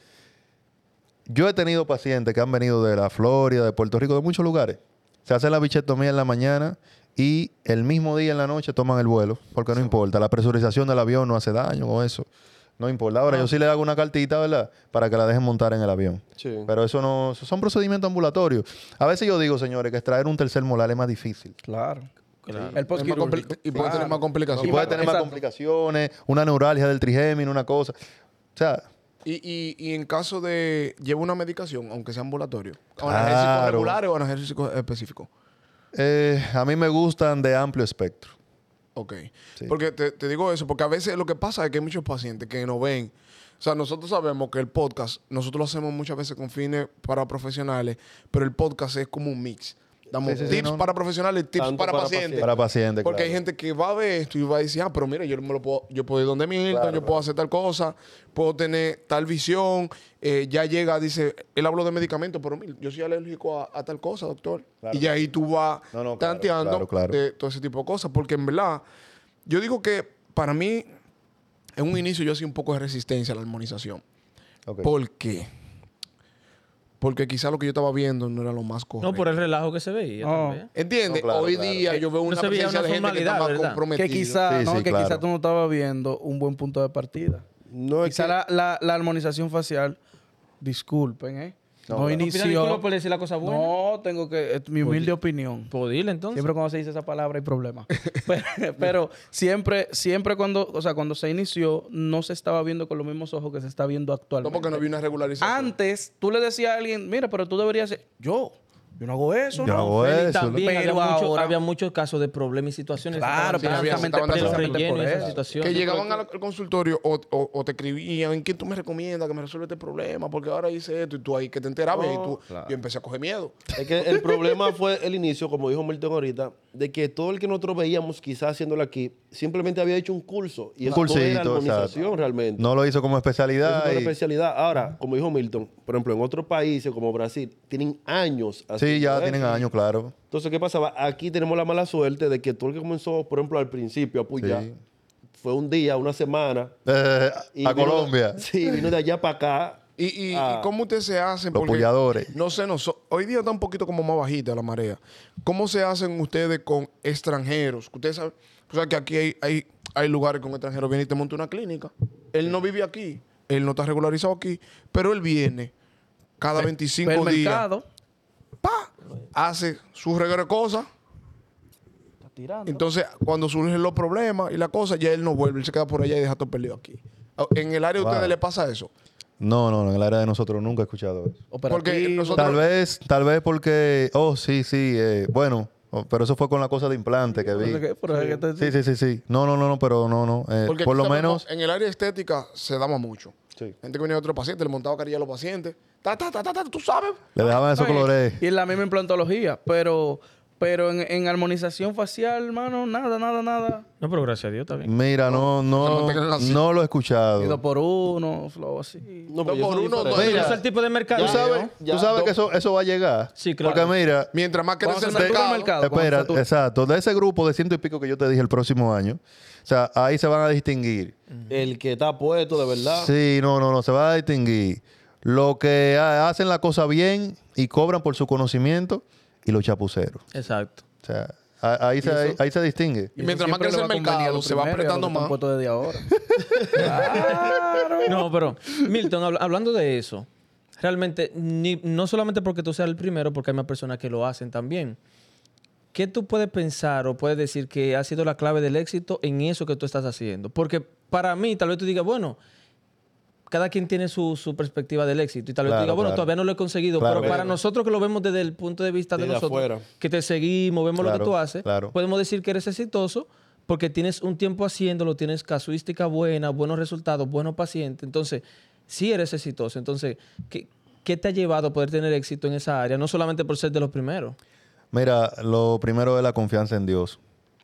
Speaker 3: Yo he tenido pacientes que han venido de la Florida, de Puerto Rico, de muchos lugares. Se hacen la bichetomía en la mañana y el mismo día en la noche toman el vuelo, porque no importa. La presurización del avión no hace daño o eso. No importa. Ahora, yo sí le hago una cartita, ¿verdad? Para que la dejen montar en el avión.
Speaker 4: Sí.
Speaker 3: Pero eso no... eso son procedimientos ambulatorios. A veces yo digo, señores, que extraer un tercer molar es más difícil.
Speaker 5: Claro.
Speaker 1: Claro.
Speaker 5: El
Speaker 2: es más
Speaker 5: postquirúrgico.
Speaker 2: compli- y puede
Speaker 5: pues, Claro.
Speaker 2: tener más
Speaker 3: Y
Speaker 2: complicaciones.
Speaker 3: puede tener más
Speaker 5: Exacto.
Speaker 3: complicaciones, una neuralgia del trigémino, una cosa. O sea,
Speaker 2: Y, y, y en caso de lleva una medicación, aunque sea ambulatorio, analgésicos
Speaker 3: Claro.
Speaker 2: regulares o analgésicos específicos.
Speaker 3: eh, a mí me gustan de amplio espectro.
Speaker 2: Ok.
Speaker 3: Sí.
Speaker 2: Porque te, te digo eso, porque a veces lo que pasa es que hay muchos pacientes que no ven. O sea, nosotros sabemos que el podcast, nosotros lo hacemos muchas veces con fines para profesionales, pero el podcast es como un mix. Damos
Speaker 3: Sí, sí, sí,
Speaker 2: tips
Speaker 3: no, no.
Speaker 2: para profesionales, tips
Speaker 4: Tanto
Speaker 2: para,
Speaker 4: para
Speaker 2: pacientes.
Speaker 4: pacientes.
Speaker 3: Para pacientes,
Speaker 2: Porque hay
Speaker 3: claro.
Speaker 2: gente que va a ver esto y va a decir, ah, pero mira, yo me lo puedo, yo puedo ir donde Milton,
Speaker 3: Claro,
Speaker 2: yo puedo
Speaker 3: claro.
Speaker 2: hacer tal cosa, puedo tener tal visión, eh, ya llega, dice, él habló de medicamentos, pero mira, yo soy alérgico a, a tal cosa, doctor.
Speaker 3: Claro.
Speaker 2: Y ya ahí tú vas
Speaker 3: No, no, claro,
Speaker 2: tanteando
Speaker 3: claro, claro.
Speaker 2: de todo ese tipo de cosas. Porque en verdad, yo digo que para mí, en un inicio yo hacía un poco de resistencia a la armonización.
Speaker 3: Ok.
Speaker 2: ¿Por qué? Porque quizá lo que yo estaba viendo no era lo más correcto.
Speaker 1: No, por el relajo que se veía.
Speaker 5: Oh.
Speaker 1: también.
Speaker 2: ¿Entiendes?
Speaker 3: No, claro,
Speaker 2: Hoy
Speaker 3: claro.
Speaker 2: día yo veo
Speaker 1: No
Speaker 2: una
Speaker 1: se veía
Speaker 2: presencia
Speaker 1: una
Speaker 2: de gente que está
Speaker 1: formalidad,
Speaker 2: más
Speaker 1: ¿verdad?
Speaker 2: comprometida.
Speaker 5: Que quizá,
Speaker 3: Sí,
Speaker 5: no,
Speaker 3: sí,
Speaker 5: que
Speaker 3: claro.
Speaker 5: quizá tú no estabas viendo un buen punto de partida.
Speaker 4: No es
Speaker 5: quizá
Speaker 4: que-
Speaker 5: la, la- la armonización facial, disculpen, ¿eh? No,
Speaker 3: No,
Speaker 1: No
Speaker 3: claro.
Speaker 1: pidas disculpas
Speaker 5: inició.
Speaker 1: por decir la cosa buena.
Speaker 5: No, tengo que. es mi humilde opinión.
Speaker 1: Pues dile, entonces.
Speaker 5: Siempre cuando se dice esa palabra hay problemas. pero, pero siempre, siempre cuando, o sea, cuando se inició, no se estaba viendo con los mismos ojos que se está viendo
Speaker 2: No,
Speaker 5: actualmente.
Speaker 2: porque no vi una regularización.
Speaker 5: Antes, tú le decías a alguien, mira, pero tú deberías ser. Yo, yo no hago eso,
Speaker 3: Yo
Speaker 5: ¿no?
Speaker 3: hago
Speaker 1: Feli,
Speaker 3: eso,
Speaker 1: también
Speaker 5: ¿no?
Speaker 1: había,
Speaker 5: Pero
Speaker 1: mucho-
Speaker 5: ahora-
Speaker 1: había muchos casos de problemas y situaciones.
Speaker 5: Claro,
Speaker 2: Sí, había-
Speaker 5: precisamente,
Speaker 2: estaban
Speaker 1: de los
Speaker 2: precisamente
Speaker 1: rellenos
Speaker 5: precisamente por
Speaker 1: y esas
Speaker 5: eso.
Speaker 1: situaciones.
Speaker 2: Que llegaban al, al consultorio o, o- o te escribían, ¿quién tú me recomiendas que me resuelva este problema? Porque ahora hice esto y tú ahí que te enterabas y tú, yo empecé a coger miedo.
Speaker 4: Es que el problema fue el inicio, como dijo Milton ahorita, de que todo el que nosotros veíamos quizás haciéndolo aquí, simplemente había hecho un curso. Y
Speaker 3: Un
Speaker 4: eso no era
Speaker 3: cursito,
Speaker 4: armonización
Speaker 3: exacto.
Speaker 4: realmente.
Speaker 3: No lo hizo como
Speaker 4: Eso
Speaker 3: especialidad.
Speaker 4: fue una
Speaker 3: y-
Speaker 4: especialidad. Ahora, como dijo Milton, por ejemplo, en otros países como Brasil, tienen años
Speaker 3: Sí,
Speaker 4: haciendo
Speaker 3: ya
Speaker 4: eso.
Speaker 3: tienen años, claro.
Speaker 4: Entonces, ¿qué pasaba? Aquí tenemos la mala suerte de que todo el que comenzó, por ejemplo, al principio a puyar,
Speaker 3: Sí.
Speaker 4: fue un día, una semana.
Speaker 3: Eh,
Speaker 4: y
Speaker 3: a
Speaker 4: vino de-
Speaker 3: Colombia.
Speaker 4: sí, vino de allá para acá.
Speaker 2: ¿Y, y, y
Speaker 4: Ah.
Speaker 2: cómo ustedes se hacen?
Speaker 3: Los
Speaker 2: Porque,
Speaker 3: pulladores.
Speaker 2: No sé, no, so- hoy día está un poquito como más bajita la marea. ¿Cómo se hacen ustedes con extranjeros? Que Ustedes saben o sea, que aquí hay, hay, hay lugares con extranjeros. Viene y te monta una clínica. Él no vive aquí. Él no está regularizado aquí. Pero él viene cada 25
Speaker 5: el
Speaker 2: días.
Speaker 5: mercado
Speaker 2: pa, hace su regreso cosa.
Speaker 5: está tirando.
Speaker 2: Entonces, cuando surgen los problemas y la cosa, ya él no vuelve, él se queda por allá y deja todo perdido aquí. Ah, En el área de
Speaker 3: Wow.
Speaker 2: ustedes le pasa eso.
Speaker 3: No, no, no, en el área de nosotros nunca he escuchado eso.
Speaker 2: Porque
Speaker 5: Operativo.
Speaker 2: nosotros-
Speaker 3: Tal vez, tal vez porque, oh, sí, sí, eh, bueno, oh, pero eso fue con la cosa de implante que
Speaker 5: Pero es
Speaker 3: vi.
Speaker 5: que- pero es que te-
Speaker 3: Sí, sí, sí, sí. No, no, no, no, pero no, no. eh,
Speaker 2: Porque
Speaker 3: por
Speaker 2: aquí
Speaker 3: lo
Speaker 2: sabemos,
Speaker 3: menos,
Speaker 2: En el área estética se daba mucho.
Speaker 3: Sí.
Speaker 2: Gente que venía de otro paciente, le montaba carilla a los pacientes. Ta, ta, ta, ta, ta, tú sabes.
Speaker 4: eh,
Speaker 3: le dejaban esos
Speaker 5: No, y-
Speaker 3: colores.
Speaker 5: Y en la misma implantología, pero, pero en, en armonización facial, hermano, nada, nada, nada.
Speaker 1: No, pero gracias a Dios está bien.
Speaker 3: Mira, no,
Speaker 2: se
Speaker 3: no,
Speaker 2: mantengan así.
Speaker 3: no lo he
Speaker 5: Ido
Speaker 3: escuchado.
Speaker 5: por uno, flow así.
Speaker 4: No,
Speaker 2: Dos
Speaker 4: pero yo
Speaker 2: por
Speaker 4: soy
Speaker 2: uno,
Speaker 4: diferente.
Speaker 2: dos-
Speaker 1: Pero
Speaker 3: Mira,
Speaker 1: eso es el tipo de mercado.
Speaker 3: Tú sabes,
Speaker 4: ya,
Speaker 3: tú sabes
Speaker 4: no.
Speaker 3: que eso, eso va a llegar.
Speaker 1: Sí, claro.
Speaker 3: Porque mira,
Speaker 2: Mientras más
Speaker 5: Vamos
Speaker 2: crece
Speaker 5: a
Speaker 2: el
Speaker 5: hacer un tour de
Speaker 2: mercado,
Speaker 5: mercado. cuando
Speaker 3: Espera,
Speaker 5: sea tu-
Speaker 3: exacto. De ese grupo de ciento y pico que yo te dije el próximo año, o sea, ahí se van a distinguir.
Speaker 4: El que está puesto, de verdad.
Speaker 3: Sí, no, no, no, se va a distinguir. Lo que ha- hacen la cosa bien y cobran por su conocimiento y los chapuceros.
Speaker 1: Exacto.
Speaker 3: O sea, a- ahí, se, ahí, se distingue.
Speaker 2: y mientras más
Speaker 5: Siempre le
Speaker 2: crece el
Speaker 5: va a convenir a
Speaker 2: mercado,
Speaker 5: los
Speaker 2: se va
Speaker 5: primeros y a los
Speaker 2: apretando
Speaker 5: que están
Speaker 2: más.
Speaker 5: puestos desde ahora. claro.
Speaker 1: No, pero Milton, habla- hablando de eso, realmente, ni- no solamente porque tú seas el primero, porque hay más personas que lo hacen también. ¿Qué tú puedes pensar o puedes decir que ha sido la clave del éxito en eso que tú estás haciendo? Porque para mí, tal vez tú digas, bueno, cada quien tiene su, su perspectiva del éxito. Y tal vez
Speaker 3: Claro,
Speaker 1: tú digas, bueno,
Speaker 3: claro.
Speaker 1: todavía no lo he conseguido.
Speaker 3: Claro,
Speaker 1: pero para
Speaker 3: claro.
Speaker 1: nosotros que lo vemos desde el punto de vista de
Speaker 4: Desde
Speaker 1: nosotros,
Speaker 4: afuera.
Speaker 1: que te seguimos, vemos lo
Speaker 3: Claro,
Speaker 1: que tú haces,
Speaker 3: claro.
Speaker 1: podemos decir que eres exitoso porque tienes un tiempo haciéndolo, tienes casuística buena, buenos resultados, buenos pacientes. Entonces, sí eres exitoso. Entonces, ¿qué, qué te ha llevado a poder tener éxito en esa área? No solamente por ser de los primeros.
Speaker 3: Mira, lo primero es la confianza en Dios.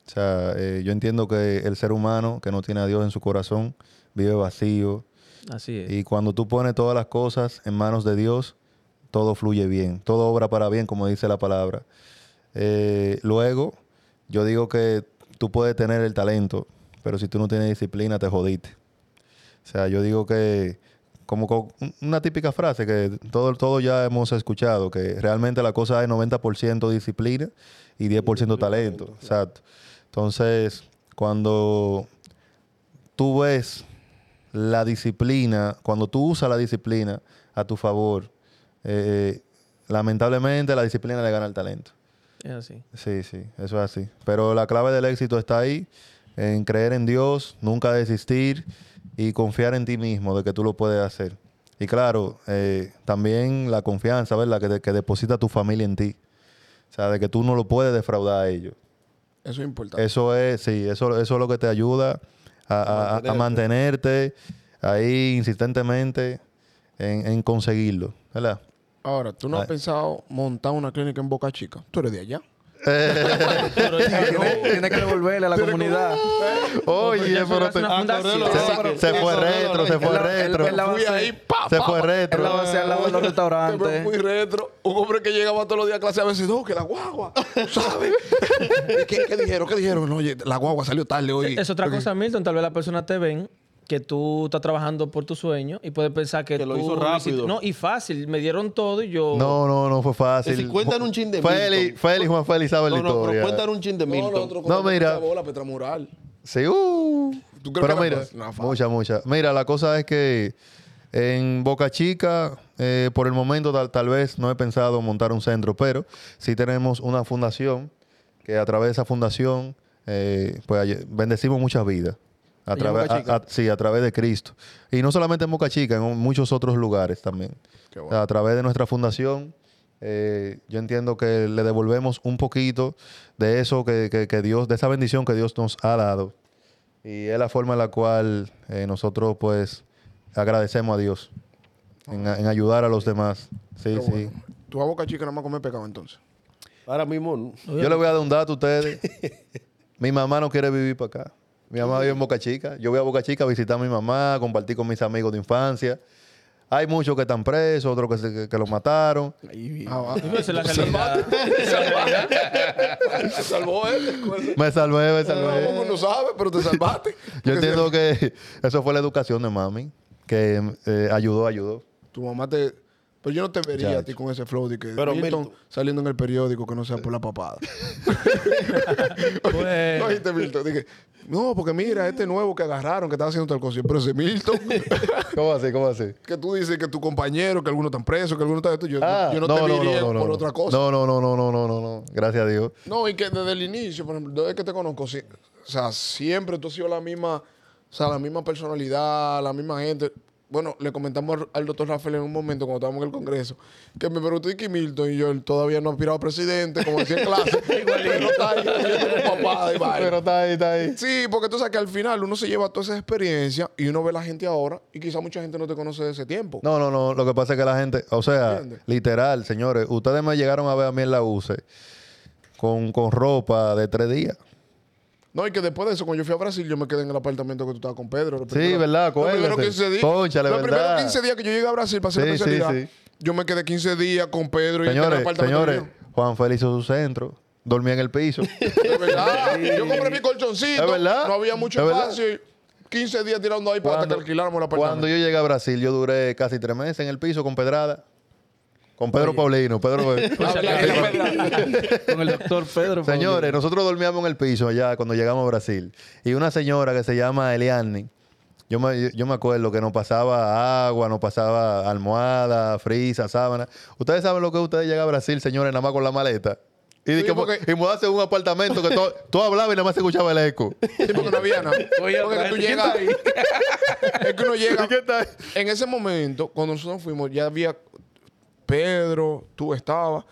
Speaker 3: O sea, eh, yo entiendo que el ser humano que no tiene a Dios en su corazón vive vacío.
Speaker 1: Así es.
Speaker 3: Y cuando tú pones todas las cosas en manos de Dios, todo fluye bien, todo obra para bien, como dice la palabra. Eh, luego, yo digo que tú puedes tener el talento, pero si tú no tienes disciplina, te jodiste. O sea, yo digo que, como co- una típica frase que todo, todo ya hemos escuchado, que realmente la cosa es 90% disciplina y 10% talento. Exacto. Entonces, cuando tú ves la disciplina, cuando tú usas la disciplina a tu favor, eh, lamentablemente la disciplina le gana al talento.
Speaker 1: Es así.
Speaker 3: Sí, sí, eso es así. Pero la clave del éxito está ahí, en creer en Dios, nunca desistir y confiar en ti mismo de que tú lo puedes hacer. Y claro, eh, también la confianza, ¿verdad? Que, de- que deposita tu familia en ti. O sea, de que tú no lo puedes defraudar a ellos.
Speaker 2: Eso es importante.
Speaker 3: Eso es, sí, eso, eso es lo que te ayuda a, a- a- a mantenerte ahí insistentemente en, en conseguirlo, ¿verdad?
Speaker 2: Ahora, tú no has pensado montar una clínica en Boca Chica. Tú eres de allá.
Speaker 5: Tiene- Tiene que devolverle a la comunidad.
Speaker 3: Oye, pero te-
Speaker 4: Ah,
Speaker 5: Ah,
Speaker 3: se, se fue retro, se fue
Speaker 5: Es la- es la-
Speaker 3: retro.
Speaker 5: es la
Speaker 2: Fui
Speaker 5: base-
Speaker 2: ahí, pa,
Speaker 3: Se
Speaker 2: pa,
Speaker 3: fue
Speaker 2: pa.
Speaker 5: Él la va a
Speaker 3: retro.
Speaker 5: hacer al lado de los
Speaker 2: Te fui
Speaker 5: restaurantes.
Speaker 2: retro. Un hombre que llegaba todos los días a clase a veces, no, que la guagua, ¿sabes? ¿Qué, ¿Qué dijeron? ¿Qué dijeron? No, oye, la guagua salió tarde hoy.
Speaker 1: Es otra cosa, Milton. Tal vez las personas te ven que tú estás trabajando por tu sueño y puedes pensar que,
Speaker 4: Que lo
Speaker 1: tú
Speaker 4: hizo rápido.
Speaker 1: hiciste- No, y fácil. Me dieron todo y yo...
Speaker 3: No, no, no fue fácil.
Speaker 4: Es decir, cuentan un chin de
Speaker 3: Feli,
Speaker 4: Milton.
Speaker 3: Feli, Juan Feli sabe la
Speaker 4: No, no, pero
Speaker 3: historia.
Speaker 4: cuentan un chin de Milton.
Speaker 3: No, mira.
Speaker 2: mucha Bola, Petramural.
Speaker 3: Sí, uh.
Speaker 2: ¿Tú crees
Speaker 3: Pero
Speaker 2: que era
Speaker 3: mira,
Speaker 2: fácil? No, fácil.
Speaker 3: mucha, mucha. Mira, la cosa es que en Boca Chica, eh, por el momento tal, tal vez no he pensado montar un centro, pero sí tenemos una fundación que a través de esa fundación, eh, pues ay- bendecimos muchas vidas. A
Speaker 1: ¿En
Speaker 3: través,
Speaker 1: Boca
Speaker 3: a-
Speaker 1: Chica?
Speaker 3: a- sí, a través de Cristo. Y no solamente en Boca Chica, en muchos otros lugares también.
Speaker 2: Qué
Speaker 3: O sea, a través de nuestra fundación, eh, yo entiendo que le devolvemos un poquito de eso que, que- que Dios, de esa bendición que Dios nos ha dado. Y es la forma en la cual eh, nosotros, pues, agradecemos a Dios en, en ayudar a los demás. Sí,
Speaker 2: Qué
Speaker 3: sí.
Speaker 2: bueno. Tú a Boca Chica nada más comes pecado entonces.
Speaker 4: Ahora mismo, no.
Speaker 3: Yo le voy a dar un dato a ustedes. mi mamá no quiere vivir para acá. Mi mamá vive en Boca Chica. Yo voy a Boca Chica a visitar a mi mamá, a compartir con mis amigos de infancia. Hay muchos que están presos, otros que, se- que- que los mataron.
Speaker 2: Ah, va.
Speaker 1: Esa es la realidad.
Speaker 2: Te salvó él. recuerda.
Speaker 3: Me salvé, me salvé.
Speaker 2: No, no sabe, pero te salvaste.
Speaker 3: Yo entiendo que eso fue la educación de mami, que eh, ayudó, ayudó.
Speaker 2: Tu mamá te. Pero yo no te vería a ti con ese flow de que
Speaker 4: Pero,
Speaker 2: Milton
Speaker 4: Milton.
Speaker 2: saliendo en el periódico que no sea por la papada.
Speaker 4: Eh.
Speaker 1: Pues-
Speaker 2: No dijiste Milton. Dije, no, porque mira, este nuevo que agarraron que estaba haciendo tal cosa. Yo, Pero ese Milton,
Speaker 3: ¿Cómo así? ¿Cómo así?
Speaker 2: que tú dices que tu compañero, que algunos están presos, que algunos están esto. Yo,
Speaker 3: Ah,
Speaker 2: yo no, te vería por otra cosa.
Speaker 3: No, no, no, no, no, no, no, no. Gracias a Dios.
Speaker 2: No, y que desde el inicio, por ejemplo, desde que te conozco, sí, o sea, siempre tú has sido la misma, o sea, la misma personalidad, la misma gente. Bueno, le comentamos al, al doctor Rafael en un momento cuando estábamos en el Congreso, que me preguntó y que Milton y yo él todavía no ha aspirado a presidente, como decía en clase. pero está ahí, comiendo con papá y vaina.
Speaker 3: Pero está ahí, está ahí.
Speaker 2: Sí, porque tú sabes que al final uno se lleva toda esa experiencia y uno ve a la gente ahora y quizá mucha gente no te conoce de ese tiempo.
Speaker 3: No, no, no. Lo que pasa es que la gente, o sea,
Speaker 2: ¿Entiendes?
Speaker 3: literal, señores, ustedes me llegaron a ver a mí en la UCE con, con ropa de tres días.
Speaker 2: No, y que después de eso, cuando yo fui a Brasil, yo me quedé en el apartamento que tú estabas con Pedro. Los
Speaker 3: Sí, ¿verdad?
Speaker 2: Los primeros
Speaker 3: Acuérdate.
Speaker 2: 15 días.
Speaker 3: Cónchale,
Speaker 2: los
Speaker 3: ¿verdad?
Speaker 2: primeros 15 días que yo llegué a Brasil para hacer
Speaker 3: Sí,
Speaker 2: la
Speaker 3: sí,
Speaker 2: especialidad,
Speaker 3: sí.
Speaker 2: yo me quedé 15 días con Pedro y él tenía el
Speaker 3: Señores,
Speaker 2: apartamento
Speaker 3: señores,
Speaker 2: mío.
Speaker 3: Juan Félix hizo su centro, dormía en el piso.
Speaker 2: De verdad. yo compré mi colchoncito.
Speaker 3: Es verdad.
Speaker 2: No había mucho
Speaker 3: Es verdad.
Speaker 2: espacio. y 15 días tirando ahí para hasta que alquiláramos el apartamento.
Speaker 3: cuando yo llegué a Brasil, yo duré casi tres meses en el piso con pedrada. Con Pedro Paulino. Pedro
Speaker 5: Con el doctor Pedro.
Speaker 3: Señores, nosotros dormíamos en el piso allá cuando llegamos a Brasil. Y una señora que se llama Eliani, yo me, yo me acuerdo que nos pasaba agua, nos pasaba almohada, frisa, sábana. Ustedes saben lo que es ustedes llegan a Brasil, señores, nada más con la maleta. Y, di
Speaker 2: Sí,
Speaker 3: que mu-
Speaker 2: porque-
Speaker 3: y mudarse en un apartamento que todo, todo hablaba y nada más se escuchaba el eco.
Speaker 2: Sí, porque no había nada.
Speaker 5: Oye,
Speaker 2: Porque tú
Speaker 5: ¿quién
Speaker 2: llegas.
Speaker 5: está ahí?
Speaker 2: Es que uno llega.
Speaker 3: ¿Y qué tal?
Speaker 2: En ese momento, cuando nosotros fuimos, ya había Pedro, tú estabas.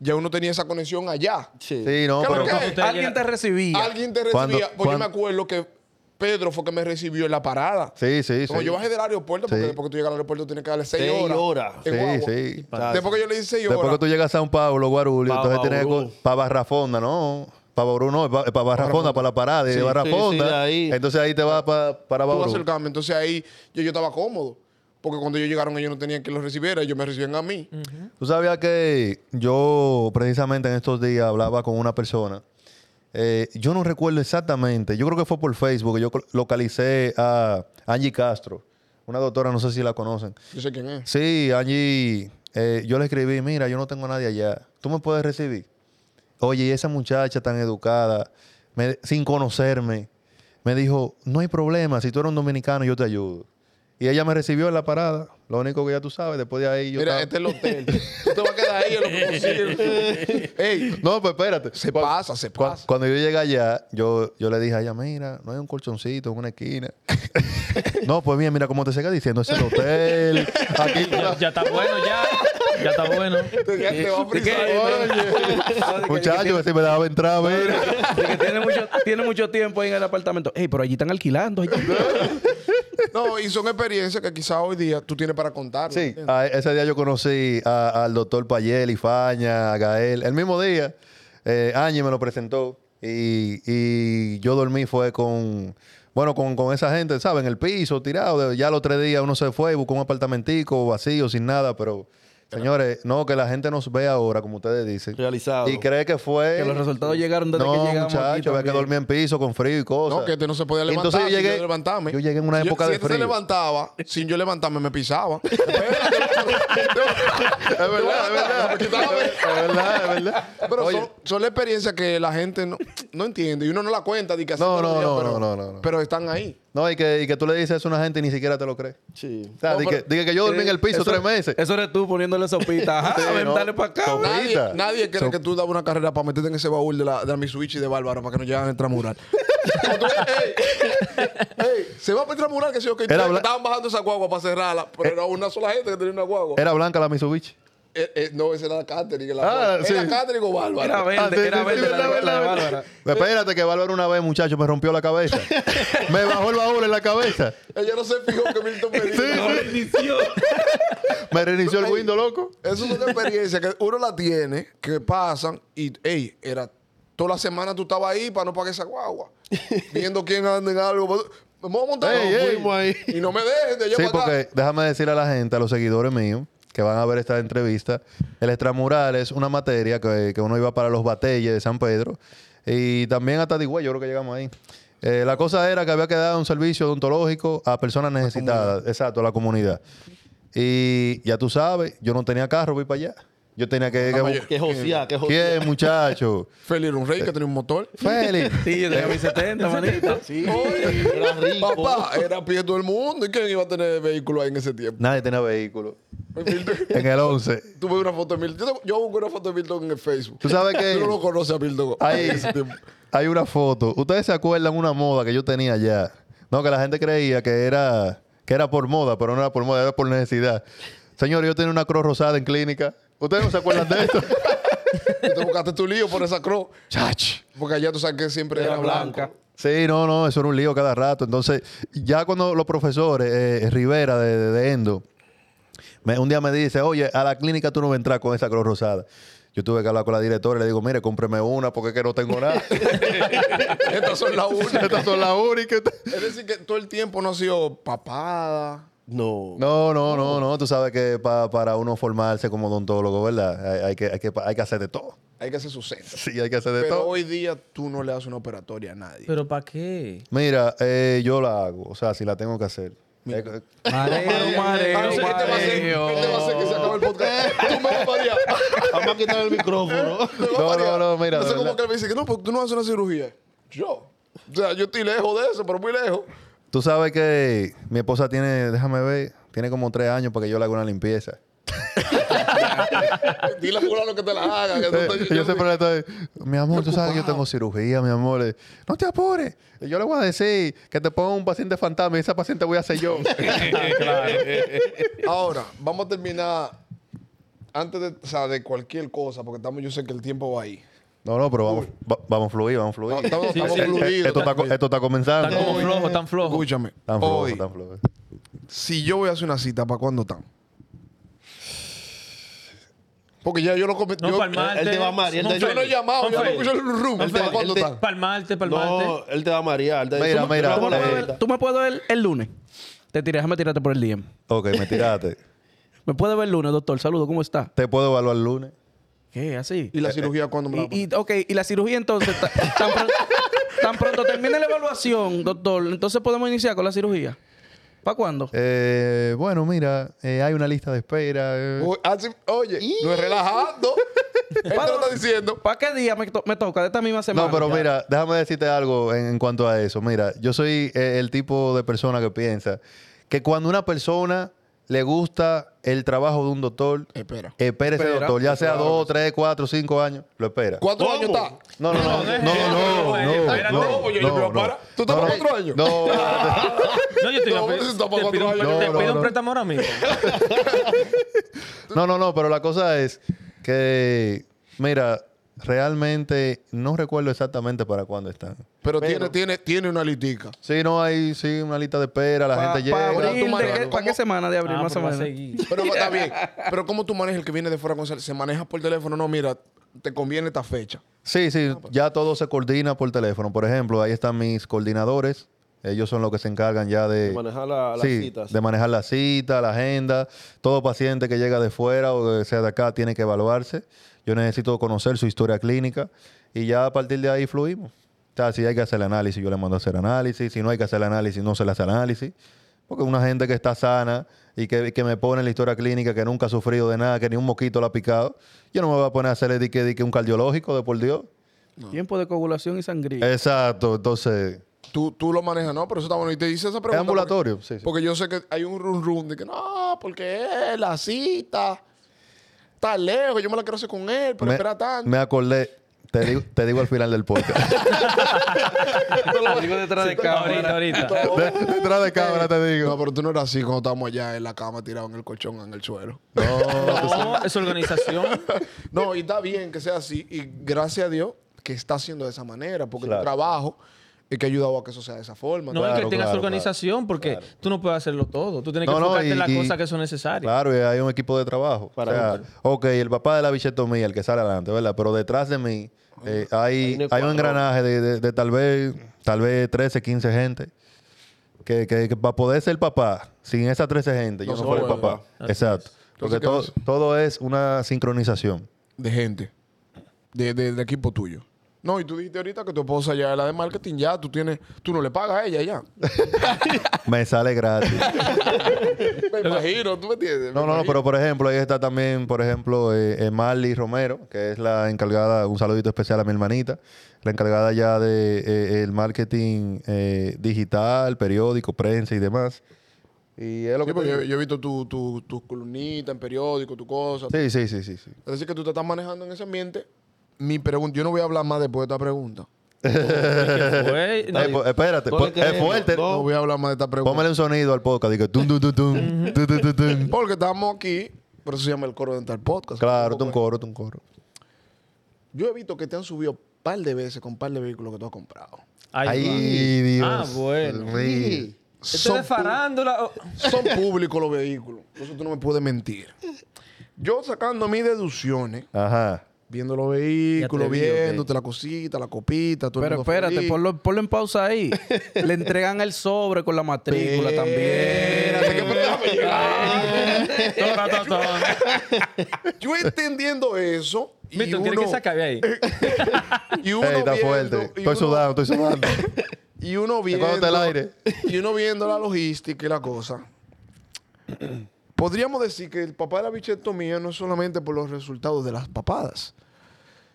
Speaker 2: Ya uno tenía esa conexión allá.
Speaker 4: Sí.
Speaker 3: Sí, no,
Speaker 2: ¿Qué
Speaker 3: pero...
Speaker 2: lo que es?
Speaker 5: Alguien te recibía.
Speaker 2: Alguien te recibía.
Speaker 3: ¿Cuándo-
Speaker 2: porque yo
Speaker 3: cuándo?
Speaker 2: me acuerdo que Pedro fue que me recibió en la parada.
Speaker 3: Sí, sí, sí.
Speaker 2: Cuando yo bajé del aeropuerto, porque
Speaker 3: Sí.
Speaker 2: después que tú llegas al aeropuerto tienes que darle seis,
Speaker 4: Seis
Speaker 2: horas.
Speaker 4: horas.
Speaker 2: en
Speaker 3: Sí,
Speaker 2: guagua.
Speaker 3: sí.
Speaker 2: Después que yo le di seis
Speaker 3: Después que
Speaker 2: horas.
Speaker 3: tú llegas a San Pablo, Guarulio,
Speaker 4: Pa'
Speaker 3: entonces tienes
Speaker 4: Bauru.
Speaker 3: que para Barrafonda, ¿no? Para Bauru no, para Barrafonda, para la parada y
Speaker 4: Sí,
Speaker 3: de Barrafonda.
Speaker 4: sí, sí, de ahí.
Speaker 3: Entonces ahí te vas pa- para
Speaker 2: Tú
Speaker 3: Bauru.
Speaker 2: haces el cambio. Entonces ahí yo, yo estaba cómodo. Porque cuando ellos llegaron, ellos no tenían que los recibiera. Ellos me recibían a mí.
Speaker 3: Tú sabías que yo precisamente en estos días hablaba con una persona. Eh, yo no recuerdo exactamente, yo creo que fue por Facebook, yo col- localicé a Angie Castro, una doctora, no sé si la conocen.
Speaker 2: Yo sé quién es.
Speaker 3: Sí, Angie, eh, yo le escribí, mira, yo no tengo a nadie allá. ¿Tú me puedes recibir? Oye, y esa muchacha tan educada, me- sin conocerme, me dijo, no hay problema, si tú eres un dominicano, yo te ayudo. Y ella me recibió en la parada. Lo único que ya tú sabes, después de ahí yo
Speaker 2: Mira,
Speaker 3: estaba-
Speaker 2: este es el hotel. tú te vas a quedar ahí en lo que consigues. Ey,
Speaker 3: No, pues espérate.
Speaker 2: se
Speaker 3: Cuan-
Speaker 2: pasa, se
Speaker 3: cuan-
Speaker 2: pasa.
Speaker 3: Cuando yo llegué allá, yo, yo le dije a ella, mira, no hay un colchoncito en una esquina. no, pues mira, mira cómo te sigue diciendo, es el hotel. Aquí tú
Speaker 1: ya,
Speaker 3: la-
Speaker 1: ya está bueno, ya. Ya está bueno.
Speaker 2: Te, te va a
Speaker 5: ¿De qué?
Speaker 2: frisar.
Speaker 3: Muchachos, que si me dejaba entrar, mira.
Speaker 5: De que tiene mucho, tiene mucho tiempo ahí en el apartamento. Ey, pero allí están alquilando. allí-
Speaker 2: No, y son experiencias que quizás hoy día tú tienes para contar.
Speaker 3: Sí, a- ese día yo conocí a- al doctor Payel, Ifaña, a Gael. El mismo día, eh, Áñez me lo presentó y, y yo dormí fue con, bueno, con, con esa gente, ¿sabes? En el piso, tirado. Ya los tres días uno se fue y buscó un apartamentico vacío, sin nada, pero Señores, no, que la gente nos ve ahora, como ustedes dicen.
Speaker 4: Realizado.
Speaker 3: Y cree que fue.
Speaker 5: Que los resultados llegaron desde
Speaker 3: no,
Speaker 5: que llegamos aquí
Speaker 3: muchacho, había que
Speaker 5: también.
Speaker 3: dormir en piso con frío y cosas.
Speaker 2: No, que este no se podía
Speaker 3: Y
Speaker 2: levantar.
Speaker 3: Entonces yo
Speaker 2: sin
Speaker 3: llegué,
Speaker 2: yo levantarme.
Speaker 3: yo llegué en una
Speaker 2: Si yo-
Speaker 3: época
Speaker 2: si
Speaker 3: de
Speaker 2: este
Speaker 3: frío.
Speaker 2: se levantaba, sin yo levantarme, me pisaba. es verdad, es
Speaker 3: verdad, es verdad.
Speaker 2: Me quitaba la-
Speaker 3: Es verdad, es verdad.
Speaker 2: Pero
Speaker 3: Oye,
Speaker 2: son, son la experiencia que la gente no, no entiende y uno no la cuenta. Ni que así
Speaker 3: No,
Speaker 2: todos los
Speaker 3: no,
Speaker 2: días,
Speaker 3: no,
Speaker 2: pero,
Speaker 3: no, no, no.
Speaker 2: pero están ahí.
Speaker 3: no, y que, y que tú le dices eso a una gente y ni siquiera te lo cree.
Speaker 4: Sí.
Speaker 3: O sea,
Speaker 2: No,
Speaker 3: di
Speaker 2: pero-
Speaker 3: que, di que yo dormí en el piso
Speaker 5: Eso-
Speaker 3: tres meses.
Speaker 5: Eso eres tú poniéndole sopita. Ajá,
Speaker 3: Sí,
Speaker 5: ven,
Speaker 3: no.
Speaker 5: dale para acá.
Speaker 3: Sopita.
Speaker 5: güey.
Speaker 2: Nadie, nadie cree que tú dabas una carrera para meterte en ese baúl de la, de la Mitsubishi de Bárbaro para que no llegan al tramural. Como tú, "Ey, ey, se va para el tramural, que sé yo, que
Speaker 3: Era Eh.
Speaker 2: ustedes
Speaker 3: bla-
Speaker 2: estaban bajando esa guagua para cerrarla, pero era una sola gente que tenía una guagua.
Speaker 3: Era blanca la Mitsubishi.
Speaker 2: Eh, eh, no, esa era Catherine.
Speaker 3: Ah,
Speaker 2: La ah,
Speaker 3: sí.
Speaker 2: Era Catherine o Bárbara.
Speaker 5: Era
Speaker 3: Ah, sí,
Speaker 5: verde,
Speaker 3: sí,
Speaker 5: era
Speaker 3: sí,
Speaker 5: verde la
Speaker 3: verdad,
Speaker 5: de- la de
Speaker 3: verdad,
Speaker 5: Bárbara.
Speaker 3: Espérate que Bárbara una vez, muchacho, me rompió la cabeza. me bajó el baúl en la cabeza.
Speaker 2: Ella Eh, no se fijó que Milton Medina.
Speaker 3: Me reinició el
Speaker 2: Ey.
Speaker 3: Windows, loco.
Speaker 2: Eso es una experiencia que uno la tiene, que pasan y, ey, era toda la semana tú estabas ahí para no pagar esa guagua. viendo quién anda en algo. Me voy a montar.
Speaker 3: Ey,
Speaker 2: No,
Speaker 3: ey.
Speaker 2: fuimos ahí. Y no me dejes de
Speaker 3: Sí,
Speaker 2: llevar
Speaker 3: porque déjame decir a la gente, a los seguidores míos que van a ver esta entrevista, el extramural es una materia que, que uno iba para los batelles de San Pedro y también hasta Digüey, yo creo que llegamos ahí. Eh, la cosa era que había que dar un servicio odontológico a personas necesitadas, exacto, a la comunidad. Y ya tú sabes, yo no tenía carro, voy para allá. Ah, Yo tenía que... que-
Speaker 2: oye,
Speaker 4: Que Josía, que Josía.
Speaker 3: ¿Quién, muchacho?
Speaker 2: Félix era un rey que tenía un motor.
Speaker 3: Félix.
Speaker 5: Sí, yo tenía mis 70, manito.
Speaker 4: Sí.
Speaker 2: Oye,
Speaker 4: Era rico.
Speaker 2: Papá, era pie todo el mundo. ¿Y quién iba a tener vehículo ahí en ese tiempo?
Speaker 3: Nadie tenía vehículo.
Speaker 2: Milton,
Speaker 3: En el 11.
Speaker 2: Tú ves una foto de Milton. Yo, te- yo busco una foto de Milton en el Facebook.
Speaker 3: Tú sabes que-
Speaker 2: Tú no lo conoces a Milton.
Speaker 3: Hay,
Speaker 2: en ese tiempo.
Speaker 3: hay una foto. ¿Ustedes se acuerdan una moda que yo tenía allá? No, que la gente creía que era, que era por moda, pero no era por moda, era por necesidad. Señor, yo tenía una cruz rosada en clínica. ¿Ustedes no se acuerdan de esto?
Speaker 2: Y te buscaste tu lío por esa cruz. Chach. Porque allá tú sabes que siempre era,
Speaker 5: Era
Speaker 2: blanco.
Speaker 5: blanca.
Speaker 3: sí, no, no, eso era un lío cada rato. Entonces, ya cuando los profesores, eh, Rivera de, de- de Endo, me- un día me dice, oye, a la clínica tú no vas a entrar con esa cruz rosada. Yo tuve que hablar con la directora y le digo, mire, cómpreme una porque es que no tengo nada.
Speaker 2: Estas son las únicas.
Speaker 3: Estas son las únicas.
Speaker 2: Es decir, que todo el tiempo no ha sido papada.
Speaker 4: No.
Speaker 3: No, no, no, no. Tú sabes que pa- para uno formarse como odontólogo, ¿verdad? Hay, hay que, hay, que, hay que hacer de todo.
Speaker 2: Hay que hacer su centro.
Speaker 3: Sí, hay que hacer de
Speaker 2: Pero
Speaker 3: todo.
Speaker 2: hoy día tú no le das una operatoria a nadie.
Speaker 1: ¿Pero para qué?
Speaker 3: Mira, eh, yo la hago. O sea, si la tengo que hacer. Eh, eh,
Speaker 5: Mareo, mareo,
Speaker 2: Ay, este, va a ser, este va a ser que se acabe el podcast. tú me vas María.
Speaker 4: Vamos a quitar el micrófono.
Speaker 2: Me vas
Speaker 3: No,
Speaker 2: María.
Speaker 3: no, no, mira,
Speaker 2: No sé
Speaker 3: de
Speaker 2: cómo
Speaker 3: verdad.
Speaker 2: que él me dice que no, porque tú no haces una cirugía. Yo. O sea, yo estoy lejos de eso, pero muy lejos.
Speaker 3: Tú sabes que mi esposa tiene, déjame ver, tiene como tres años para que yo le haga una limpieza.
Speaker 2: Dile a fulano que te la haga. Que tú
Speaker 3: Eh,
Speaker 2: te-
Speaker 3: yo siempre le estoy, mi amor, tú sabes que yo
Speaker 2: ocupado.
Speaker 3: tengo cirugía, mi amor. Eh, No te apures. Eh, Yo le voy a decir que te ponga un paciente fantasma y esa paciente voy a ser yo.
Speaker 2: Ahora, vamos a terminar antes de, o sea, de cualquier cosa, porque estamos, yo sé que el tiempo va ahí.
Speaker 3: no, no, pero vamos, va- vamos a fluir, vamos a fluir.
Speaker 2: No, estamos
Speaker 1: Sí,
Speaker 2: estamos
Speaker 1: sí.
Speaker 2: fluidos.
Speaker 3: esto, está, co-
Speaker 2: estamos-
Speaker 3: esto está comenzando.
Speaker 1: Tan como flojo, tan flojo.
Speaker 2: Escúchame.
Speaker 3: Tan flojo,
Speaker 2: hoy,
Speaker 3: tan flojo.
Speaker 2: si yo voy a hacer una cita, ¿para cuándo están? Porque ya yo lo comenté.
Speaker 1: No,
Speaker 2: yo, eh,
Speaker 1: para el martes.
Speaker 4: él te va a amar, y él
Speaker 1: Son
Speaker 4: te-
Speaker 2: yo no he
Speaker 1: felices,
Speaker 2: llamado,
Speaker 1: son
Speaker 2: yo no
Speaker 1: felices.
Speaker 2: escucho el rum.
Speaker 4: Él te-
Speaker 2: ¿Para cuándo
Speaker 4: él te-
Speaker 2: están?
Speaker 1: Para el martes, para el martes.
Speaker 4: No, él te va a marear. Te-
Speaker 3: Mira,
Speaker 4: tú me-
Speaker 3: mira,
Speaker 4: tú me vas a
Speaker 3: eh,
Speaker 4: ver-
Speaker 5: Tú me puedes ver el lunes. Te tiré, déjame tirarte por el DM.
Speaker 3: Ok, me tiraste.
Speaker 5: Me puedes ver el lunes, doctor. Saludos, ¿cómo está?
Speaker 3: Te puedo evaluar el lunes.
Speaker 5: ¿Qué? ¿Así?
Speaker 2: ¿Y la cirugía cuándo me la
Speaker 5: Y, y- ok, y la cirugía entonces, ta- tan, pronto, tan pronto termine la evaluación, doctor, entonces podemos iniciar con la cirugía. ¿Para cuándo?
Speaker 3: Eh, bueno, mira, eh, hay una lista de espera. eh.
Speaker 2: Uy, así- Oye, no es relajando. Él te lo está diciendo.
Speaker 5: ¿Para qué día me, to- me toca? De esta misma semana.
Speaker 3: no, pero
Speaker 5: Ya.
Speaker 3: mira, déjame decirte algo en, en cuanto a eso. Mira, yo soy eh, el tipo de persona que piensa que cuando una persona le gusta el trabajo de un doctor,
Speaker 2: Espera.
Speaker 3: espera ese
Speaker 5: Espera,
Speaker 3: doctor, ya sea dos, tres, cuatro, cinco años, lo espera.
Speaker 2: ¿Cuántos
Speaker 4: ¿Cómo?
Speaker 2: años está?
Speaker 3: No, no, no, no, no, no,
Speaker 1: Espérate.
Speaker 3: no,
Speaker 2: Oye,
Speaker 3: no,
Speaker 2: pero
Speaker 3: no.
Speaker 2: para. ¿Tú estás
Speaker 3: No,
Speaker 2: para
Speaker 3: no.
Speaker 2: cuatro años?
Speaker 3: No,
Speaker 1: No, yo te iba a
Speaker 2: No,
Speaker 1: pedir-
Speaker 2: eso está
Speaker 1: te
Speaker 2: para
Speaker 1: pido un-
Speaker 2: otro año.
Speaker 1: te
Speaker 3: No, no,
Speaker 1: pido un
Speaker 3: no.
Speaker 1: préstamo ahora mismo.
Speaker 3: No, no, no, pero la cosa es que, mira, realmente no recuerdo exactamente para cuándo están.
Speaker 2: Pero, tiene, tiene, tiene una litica.
Speaker 3: Sí, no hay, sí, una lista de espera, la
Speaker 5: Pa-
Speaker 3: gente
Speaker 5: pa'
Speaker 3: llega.
Speaker 5: abril,
Speaker 2: Pero tú
Speaker 5: ¿de
Speaker 2: manejas,
Speaker 5: qué-
Speaker 2: ¿cómo?
Speaker 5: ¿Para qué semana de abril
Speaker 1: Ah,
Speaker 5: más o
Speaker 1: pero va a
Speaker 5: menos?
Speaker 1: seguir.
Speaker 2: Pero pues, está bien. Pero ¿cómo tú manejas el que viene de fuera con sal- ¿Se maneja por teléfono? No, mira, te conviene esta fecha.
Speaker 3: Sí, sí, ya todo se coordina por teléfono. Por ejemplo, ahí están mis coordinadores, Ellos son los que se encargan ya de...
Speaker 4: De manejar la- las
Speaker 3: Sí,
Speaker 4: citas.
Speaker 3: De manejar la cita, la agenda. Todo paciente que llega de fuera o que sea de acá tiene que evaluarse. Yo necesito conocer su historia clínica y ya a partir de ahí fluimos. O sea, si hay que hacer el análisis, yo le mando a hacer análisis. Si no hay que hacer el análisis, no se le hace análisis. Porque una gente que está sana y que, que me pone en la historia clínica que nunca ha sufrido de nada, que ni un moquito la ha picado, yo no me voy a poner a hacerle di que, di que un cardiológico de por Dios.
Speaker 5: Tiempo de coagulación y sangría.
Speaker 3: Eh. Exacto, entonces.
Speaker 2: Tú, tú lo manejas, no, pero eso está bueno. Y te hice esa pregunta.
Speaker 3: Es ambulatorio,
Speaker 2: Porque,
Speaker 3: sí, sí.
Speaker 2: porque yo sé que hay un run run de que no, porque él, la cita está lejos, yo me la quiero hacer con él, pero
Speaker 3: me,
Speaker 2: espera tanto.
Speaker 3: me acordé, te digo, te digo al final del podcast.
Speaker 5: Lo digo detrás de
Speaker 1: Ahorita,
Speaker 5: cámara.
Speaker 1: ahorita.
Speaker 3: De- detrás de cámara te
Speaker 2: No,
Speaker 3: digo.
Speaker 2: pero tú no eras así cuando estábamos allá en la cama tirado en el colchón, en el suelo.
Speaker 1: No, es organización.
Speaker 2: No, y está bien que sea así. Y gracias a Dios que está haciendo de esa manera, porque
Speaker 3: Claro.
Speaker 2: tu trabajo es que ha ayudado a que eso sea de esa forma.
Speaker 1: No, es
Speaker 3: Claro,
Speaker 1: que tengas
Speaker 3: claro,
Speaker 1: organización, porque tú no puedes hacerlo todo. Tú tienes que
Speaker 3: No, no,
Speaker 1: enfocarte
Speaker 3: y-
Speaker 1: en las
Speaker 3: y-
Speaker 1: cosas que son necesarias.
Speaker 3: Claro, y hay un equipo de trabajo.
Speaker 4: Para
Speaker 3: o sea,
Speaker 4: otro.
Speaker 3: ok, el papá de la bichetomía, el que sale adelante, ¿verdad? Pero detrás de mí eh, hay,
Speaker 4: unos
Speaker 3: hay
Speaker 4: cuatro.
Speaker 3: un engranaje de, de- de tal vez tal vez 13, 15 gente. Que, que, para poder ser papá, sin esas 13 gente, yo
Speaker 2: No
Speaker 3: no,
Speaker 2: se
Speaker 3: soy
Speaker 2: puede,
Speaker 3: papá.
Speaker 1: ¿verdad?
Speaker 3: Exacto. Porque
Speaker 2: Entonces, ¿qué
Speaker 3: todo,
Speaker 2: haces?
Speaker 3: todo es una sincronización.
Speaker 2: de gente, de, de- del equipo tuyo. No, y tú dijiste ahorita que tu esposa ya es la de marketing, ya tú tienes, tú no le pagas a ella ya.
Speaker 3: Me sale gratis.
Speaker 2: Me imagino, tú me entiendes.
Speaker 3: No,
Speaker 2: Me
Speaker 3: no, no,
Speaker 2: imagino.
Speaker 3: pero por ejemplo, ahí está también, por ejemplo, eh, eh, Marley Romero, que es la encargada, un saludito especial a mi hermanita, la encargada ya de eh, el marketing eh, digital, periódico, prensa y demás. Y es lo
Speaker 2: Sí,
Speaker 3: que...
Speaker 2: porque yo,
Speaker 3: te-
Speaker 2: yo he visto tus tu, tus columnitas en periódico, tu cosa.
Speaker 3: Sí, sí, sí, sí, sí.
Speaker 2: Es decir, que tú te estás manejando en ese ambiente. Mi pregunta, yo no voy a hablar más después de esta pregunta.
Speaker 1: Fue- no,
Speaker 3: Eh, po- espérate,
Speaker 4: Ponle
Speaker 3: po-
Speaker 4: que-
Speaker 3: es fuerte.
Speaker 4: no,
Speaker 2: No voy a hablar más de esta pregunta.
Speaker 3: Póngale un sonido al podcast. Digo, tum, tum, tum, tum, tum, tum, tum, tum.
Speaker 2: Porque estamos aquí, por eso se llama el coro dental podcast.
Speaker 3: Claro, tú un coro, tú un coro.
Speaker 2: Yo he visto que te han subido un par de veces con un par de vehículos que tú has comprado.
Speaker 1: ahí
Speaker 3: Ay,
Speaker 1: va.
Speaker 3: Dios.
Speaker 1: Ah, bueno.
Speaker 3: mío.
Speaker 1: Esto
Speaker 2: Son
Speaker 1: es farándula. oh.
Speaker 2: son públicos los vehículos. Entonces tú no me puedes mentir. Yo sacando mis deducciones,
Speaker 3: Ajá.
Speaker 2: viendo los vehículos,
Speaker 1: Ya te vi, ok.
Speaker 2: viéndote la cosita, la copita, todo el
Speaker 5: Pero
Speaker 2: mundo
Speaker 5: espérate,
Speaker 2: feliz.
Speaker 5: ponlo, ponlo en pausa ahí. Le entregan el sobre con la matrícula
Speaker 2: Espérate, que
Speaker 5: también.
Speaker 2: déjame llegar.
Speaker 1: Todo, todo, todo.
Speaker 2: Yo entendiendo eso. Y
Speaker 1: Milton, ¿quieres
Speaker 2: uno-
Speaker 1: que se acabe ahí?
Speaker 2: Y uno
Speaker 3: Ey, está
Speaker 2: viendo-
Speaker 3: fuerte.
Speaker 2: y
Speaker 3: Estoy
Speaker 2: uno-
Speaker 3: sudando, estoy sudando.
Speaker 2: Y uno viendo.
Speaker 3: cuándo está el aire?
Speaker 2: Y uno viendo la logística y la cosa. Podríamos decir que el papá de la bichetomía no es solamente por los resultados de las papadas.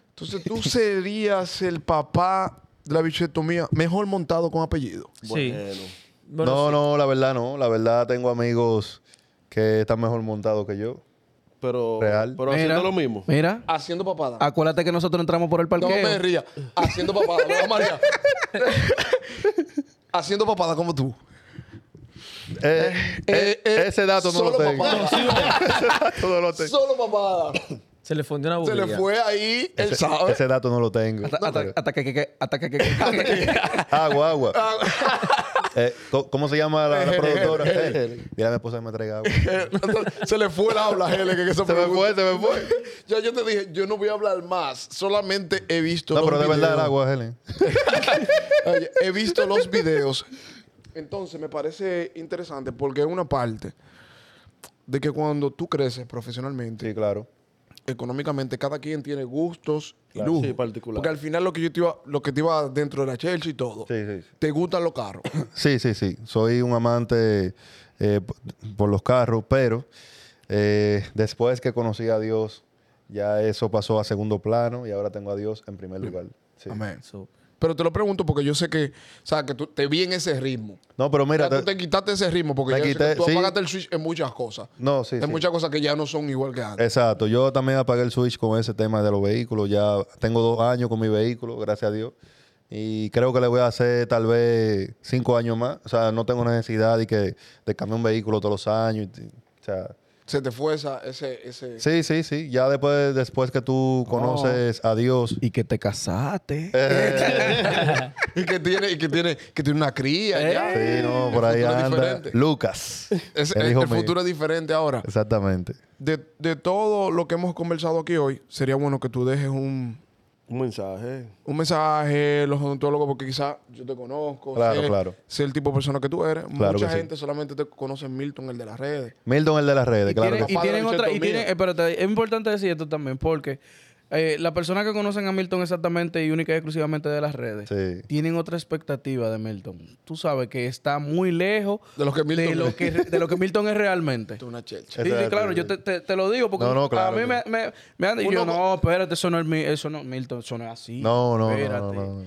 Speaker 2: Entonces tú serías el papá de la bichetomía mejor montado con apellido.
Speaker 1: Sí.
Speaker 4: Bueno.
Speaker 1: Bueno,
Speaker 3: no, no, la verdad no. La verdad tengo amigos que están mejor montados que yo.
Speaker 4: Pero,
Speaker 3: Real.
Speaker 4: pero haciendo lo mismo.
Speaker 5: Mira,
Speaker 2: Haciendo papada.
Speaker 5: acuérdate que nosotros entramos por el
Speaker 2: no me
Speaker 5: parqueo.
Speaker 2: ría. Haciendo papada. no, María. Haciendo papada como tú.
Speaker 3: Eh, eh,
Speaker 2: eh,
Speaker 3: ese dato no
Speaker 2: solo
Speaker 3: lo tengo.
Speaker 2: papada.
Speaker 3: ese dato no lo tengo.
Speaker 2: Solo papada.
Speaker 1: Se le fundió una
Speaker 2: Se
Speaker 1: bujía.
Speaker 2: le fue ahí, él
Speaker 3: Ese,
Speaker 2: sabe.
Speaker 3: ese dato no lo tengo.
Speaker 5: Hasta- hasta- Hasta que- que- que- hasta que- que- que-
Speaker 3: agua, agua. Eh, co- ¿Cómo se llama la, la productora? Eh, Dile a mi esposa que me traiga agua.
Speaker 2: Eh, se le fue el habla, Hele, que se,
Speaker 3: Se me fue, se me fue.
Speaker 2: Ya yo te dije, yo no voy a hablar más, solamente he visto
Speaker 3: No,
Speaker 2: los
Speaker 3: pero de verdad el
Speaker 2: videos.
Speaker 3: agua, Helen.
Speaker 2: Oye, he visto los videos. Entonces me parece interesante porque es una parte de que cuando tú creces profesionalmente,
Speaker 3: Sí, claro.
Speaker 2: económicamente, cada quien tiene gustos y
Speaker 3: Claro.
Speaker 2: lujos.
Speaker 4: Sí, particular.
Speaker 2: Porque al final lo que yo te iba, lo que te iba dentro de la Chelsea y todo,
Speaker 3: Sí, sí, sí.
Speaker 2: te gustan los carros.
Speaker 3: Sí, sí, sí. Soy un amante eh, p- por los carros, pero eh, después que conocí a Dios, ya eso pasó a segundo plano y ahora tengo a Dios en primer lugar. Sí.
Speaker 2: Amén.
Speaker 1: So,
Speaker 2: Este, Pero te lo pregunto porque yo sé que, o sea, que tú te vi en ese ritmo.
Speaker 3: No, pero
Speaker 2: Mira,
Speaker 3: mira,
Speaker 2: tú te quitaste ese ritmo porque ya
Speaker 3: me
Speaker 2: yo sé
Speaker 3: quité,
Speaker 2: que tú
Speaker 3: sí.
Speaker 2: apagaste el switch en muchas cosas.
Speaker 3: no, sí,
Speaker 2: en
Speaker 3: sí.
Speaker 2: muchas cosas que ya no son igual que antes.
Speaker 3: Exacto. Yo también apagué el switch con ese tema de los vehículos. Ya tengo dos años con mi vehículo, gracias a Dios. Y creo que le voy a hacer tal vez cinco años más. O sea, no tengo necesidad de que de cambiar un vehículo todos los años. y- o sea,
Speaker 2: Se te fue esa, ese, ese.
Speaker 3: sí, sí, sí. Ya después, después que tú conoces a Dios
Speaker 5: Y que te casaste.
Speaker 3: Eh,
Speaker 2: Y que tiene, y que tiene, que tiene una cría ya.
Speaker 3: Sí, no, por
Speaker 2: El
Speaker 3: ahí
Speaker 2: futuro es
Speaker 3: anda.
Speaker 2: diferente.
Speaker 3: Lucas.
Speaker 2: Es-
Speaker 3: el
Speaker 2: el,
Speaker 3: hijo
Speaker 2: el
Speaker 3: mío.
Speaker 2: futuro es diferente ahora.
Speaker 3: Exactamente.
Speaker 2: De, de todo lo que hemos conversado aquí hoy, sería bueno que tú dejes un,
Speaker 4: Un mensaje.
Speaker 2: un mensaje, los odontólogos, porque quizás yo te conozco.
Speaker 3: Claro,
Speaker 2: sé,
Speaker 3: claro.
Speaker 2: sé el tipo de persona que tú eres.
Speaker 3: Claro
Speaker 2: Mucha
Speaker 3: que sí.
Speaker 2: gente solamente te conoce Milton, el de las redes.
Speaker 3: Milton, el de las redes,
Speaker 5: Y
Speaker 3: claro.
Speaker 5: tienen,
Speaker 3: que
Speaker 5: y
Speaker 2: Papá de
Speaker 5: tienen otra, y
Speaker 2: Richard
Speaker 5: tienen,
Speaker 2: Tomía.
Speaker 5: espérate, es importante decir esto también, porque eh, las personas que conocen a Milton exactamente y única y exclusivamente de las redes,
Speaker 3: Sí.
Speaker 5: tienen otra expectativa de Milton. Tú sabes que está muy lejos
Speaker 2: De los que Milton
Speaker 5: de lo
Speaker 2: es.
Speaker 5: que, re- de lo que Milton es realmente.
Speaker 2: Esto es una chelcha.
Speaker 5: Sí, sí,
Speaker 3: Exacto.
Speaker 5: claro, yo te, te- te lo digo porque
Speaker 3: No, no, claro
Speaker 5: a mí
Speaker 3: que-
Speaker 5: me, me, me han dicho,
Speaker 2: Uno
Speaker 5: yo,
Speaker 2: con-
Speaker 5: no, espérate, eso no es mi- eso no, Milton, eso no es así.
Speaker 3: No, no, no,
Speaker 5: espérate.
Speaker 3: no, no, no.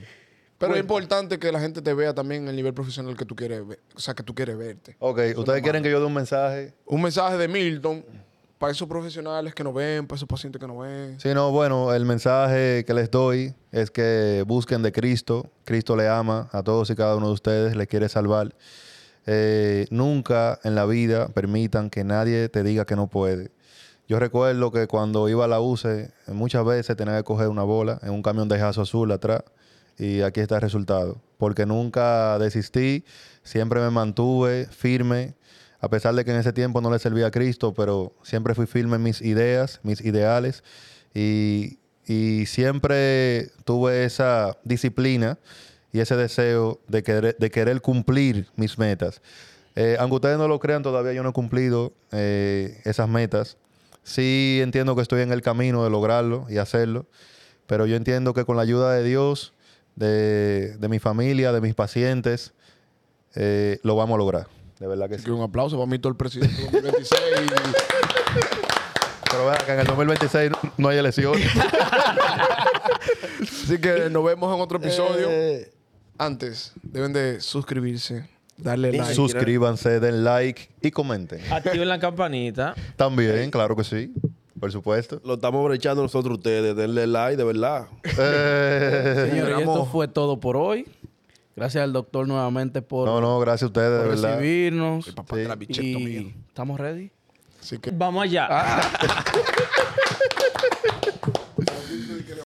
Speaker 2: Pero es importante que la gente te vea también el nivel profesional que tú quieres ver, o sea, que tú quieres verte.
Speaker 3: Ok, ¿ustedes quieren que yo dé un mensaje?
Speaker 2: Un mensaje de Milton para esos profesionales que no ven, para esos pacientes que no ven.
Speaker 3: Sí, no, bueno, el mensaje que les doy es que busquen de Cristo. Cristo le ama a todos y cada uno de ustedes, le quiere salvar. Eh, nunca en la vida permitan que nadie te diga que no puede. Yo recuerdo que cuando iba a la UCE, muchas veces tenía que coger una bola en un camión de jazo azul atrás y aquí está el resultado. Porque nunca desistí, siempre me mantuve firme, a pesar de que en ese tiempo no le servía a Cristo, pero siempre fui firme en mis ideas, mis ideales y, y siempre tuve esa disciplina y ese deseo de querer, de querer cumplir mis metas. Eh, aunque ustedes no lo crean, todavía yo no he cumplido eh, esas metas. Sí entiendo que estoy en el camino de lograrlo y hacerlo, pero yo entiendo que con la ayuda de Dios, de, de mi familia, de mis pacientes, eh, lo vamos a lograr. De verdad que
Speaker 2: Así
Speaker 3: sí.
Speaker 2: que un aplauso para Milton, el presidente del 2026.
Speaker 3: Pero vean que en el 2026 no- no hay elecciones.
Speaker 2: Así que nos vemos en otro episodio.
Speaker 4: Eh,
Speaker 2: Antes, deben de suscribirse, darle like.
Speaker 3: Suscríbanse, den like y comenten.
Speaker 1: Activen la campanita.
Speaker 3: También, claro que sí, por supuesto.
Speaker 4: lo estamos brechando nosotros ustedes. Denle like, de verdad.
Speaker 3: Eh,
Speaker 5: Señores, y esto
Speaker 2: Vamos.
Speaker 5: fue todo por hoy. Gracias al doctor nuevamente por,
Speaker 3: no, no, gracias a ustedes, de
Speaker 5: por
Speaker 3: verdad.
Speaker 5: recibirnos.
Speaker 2: Papá de la bichectomía.
Speaker 5: Y estamos ready.
Speaker 1: Ah,
Speaker 2: Así que.
Speaker 1: Vamos allá.
Speaker 5: Ah.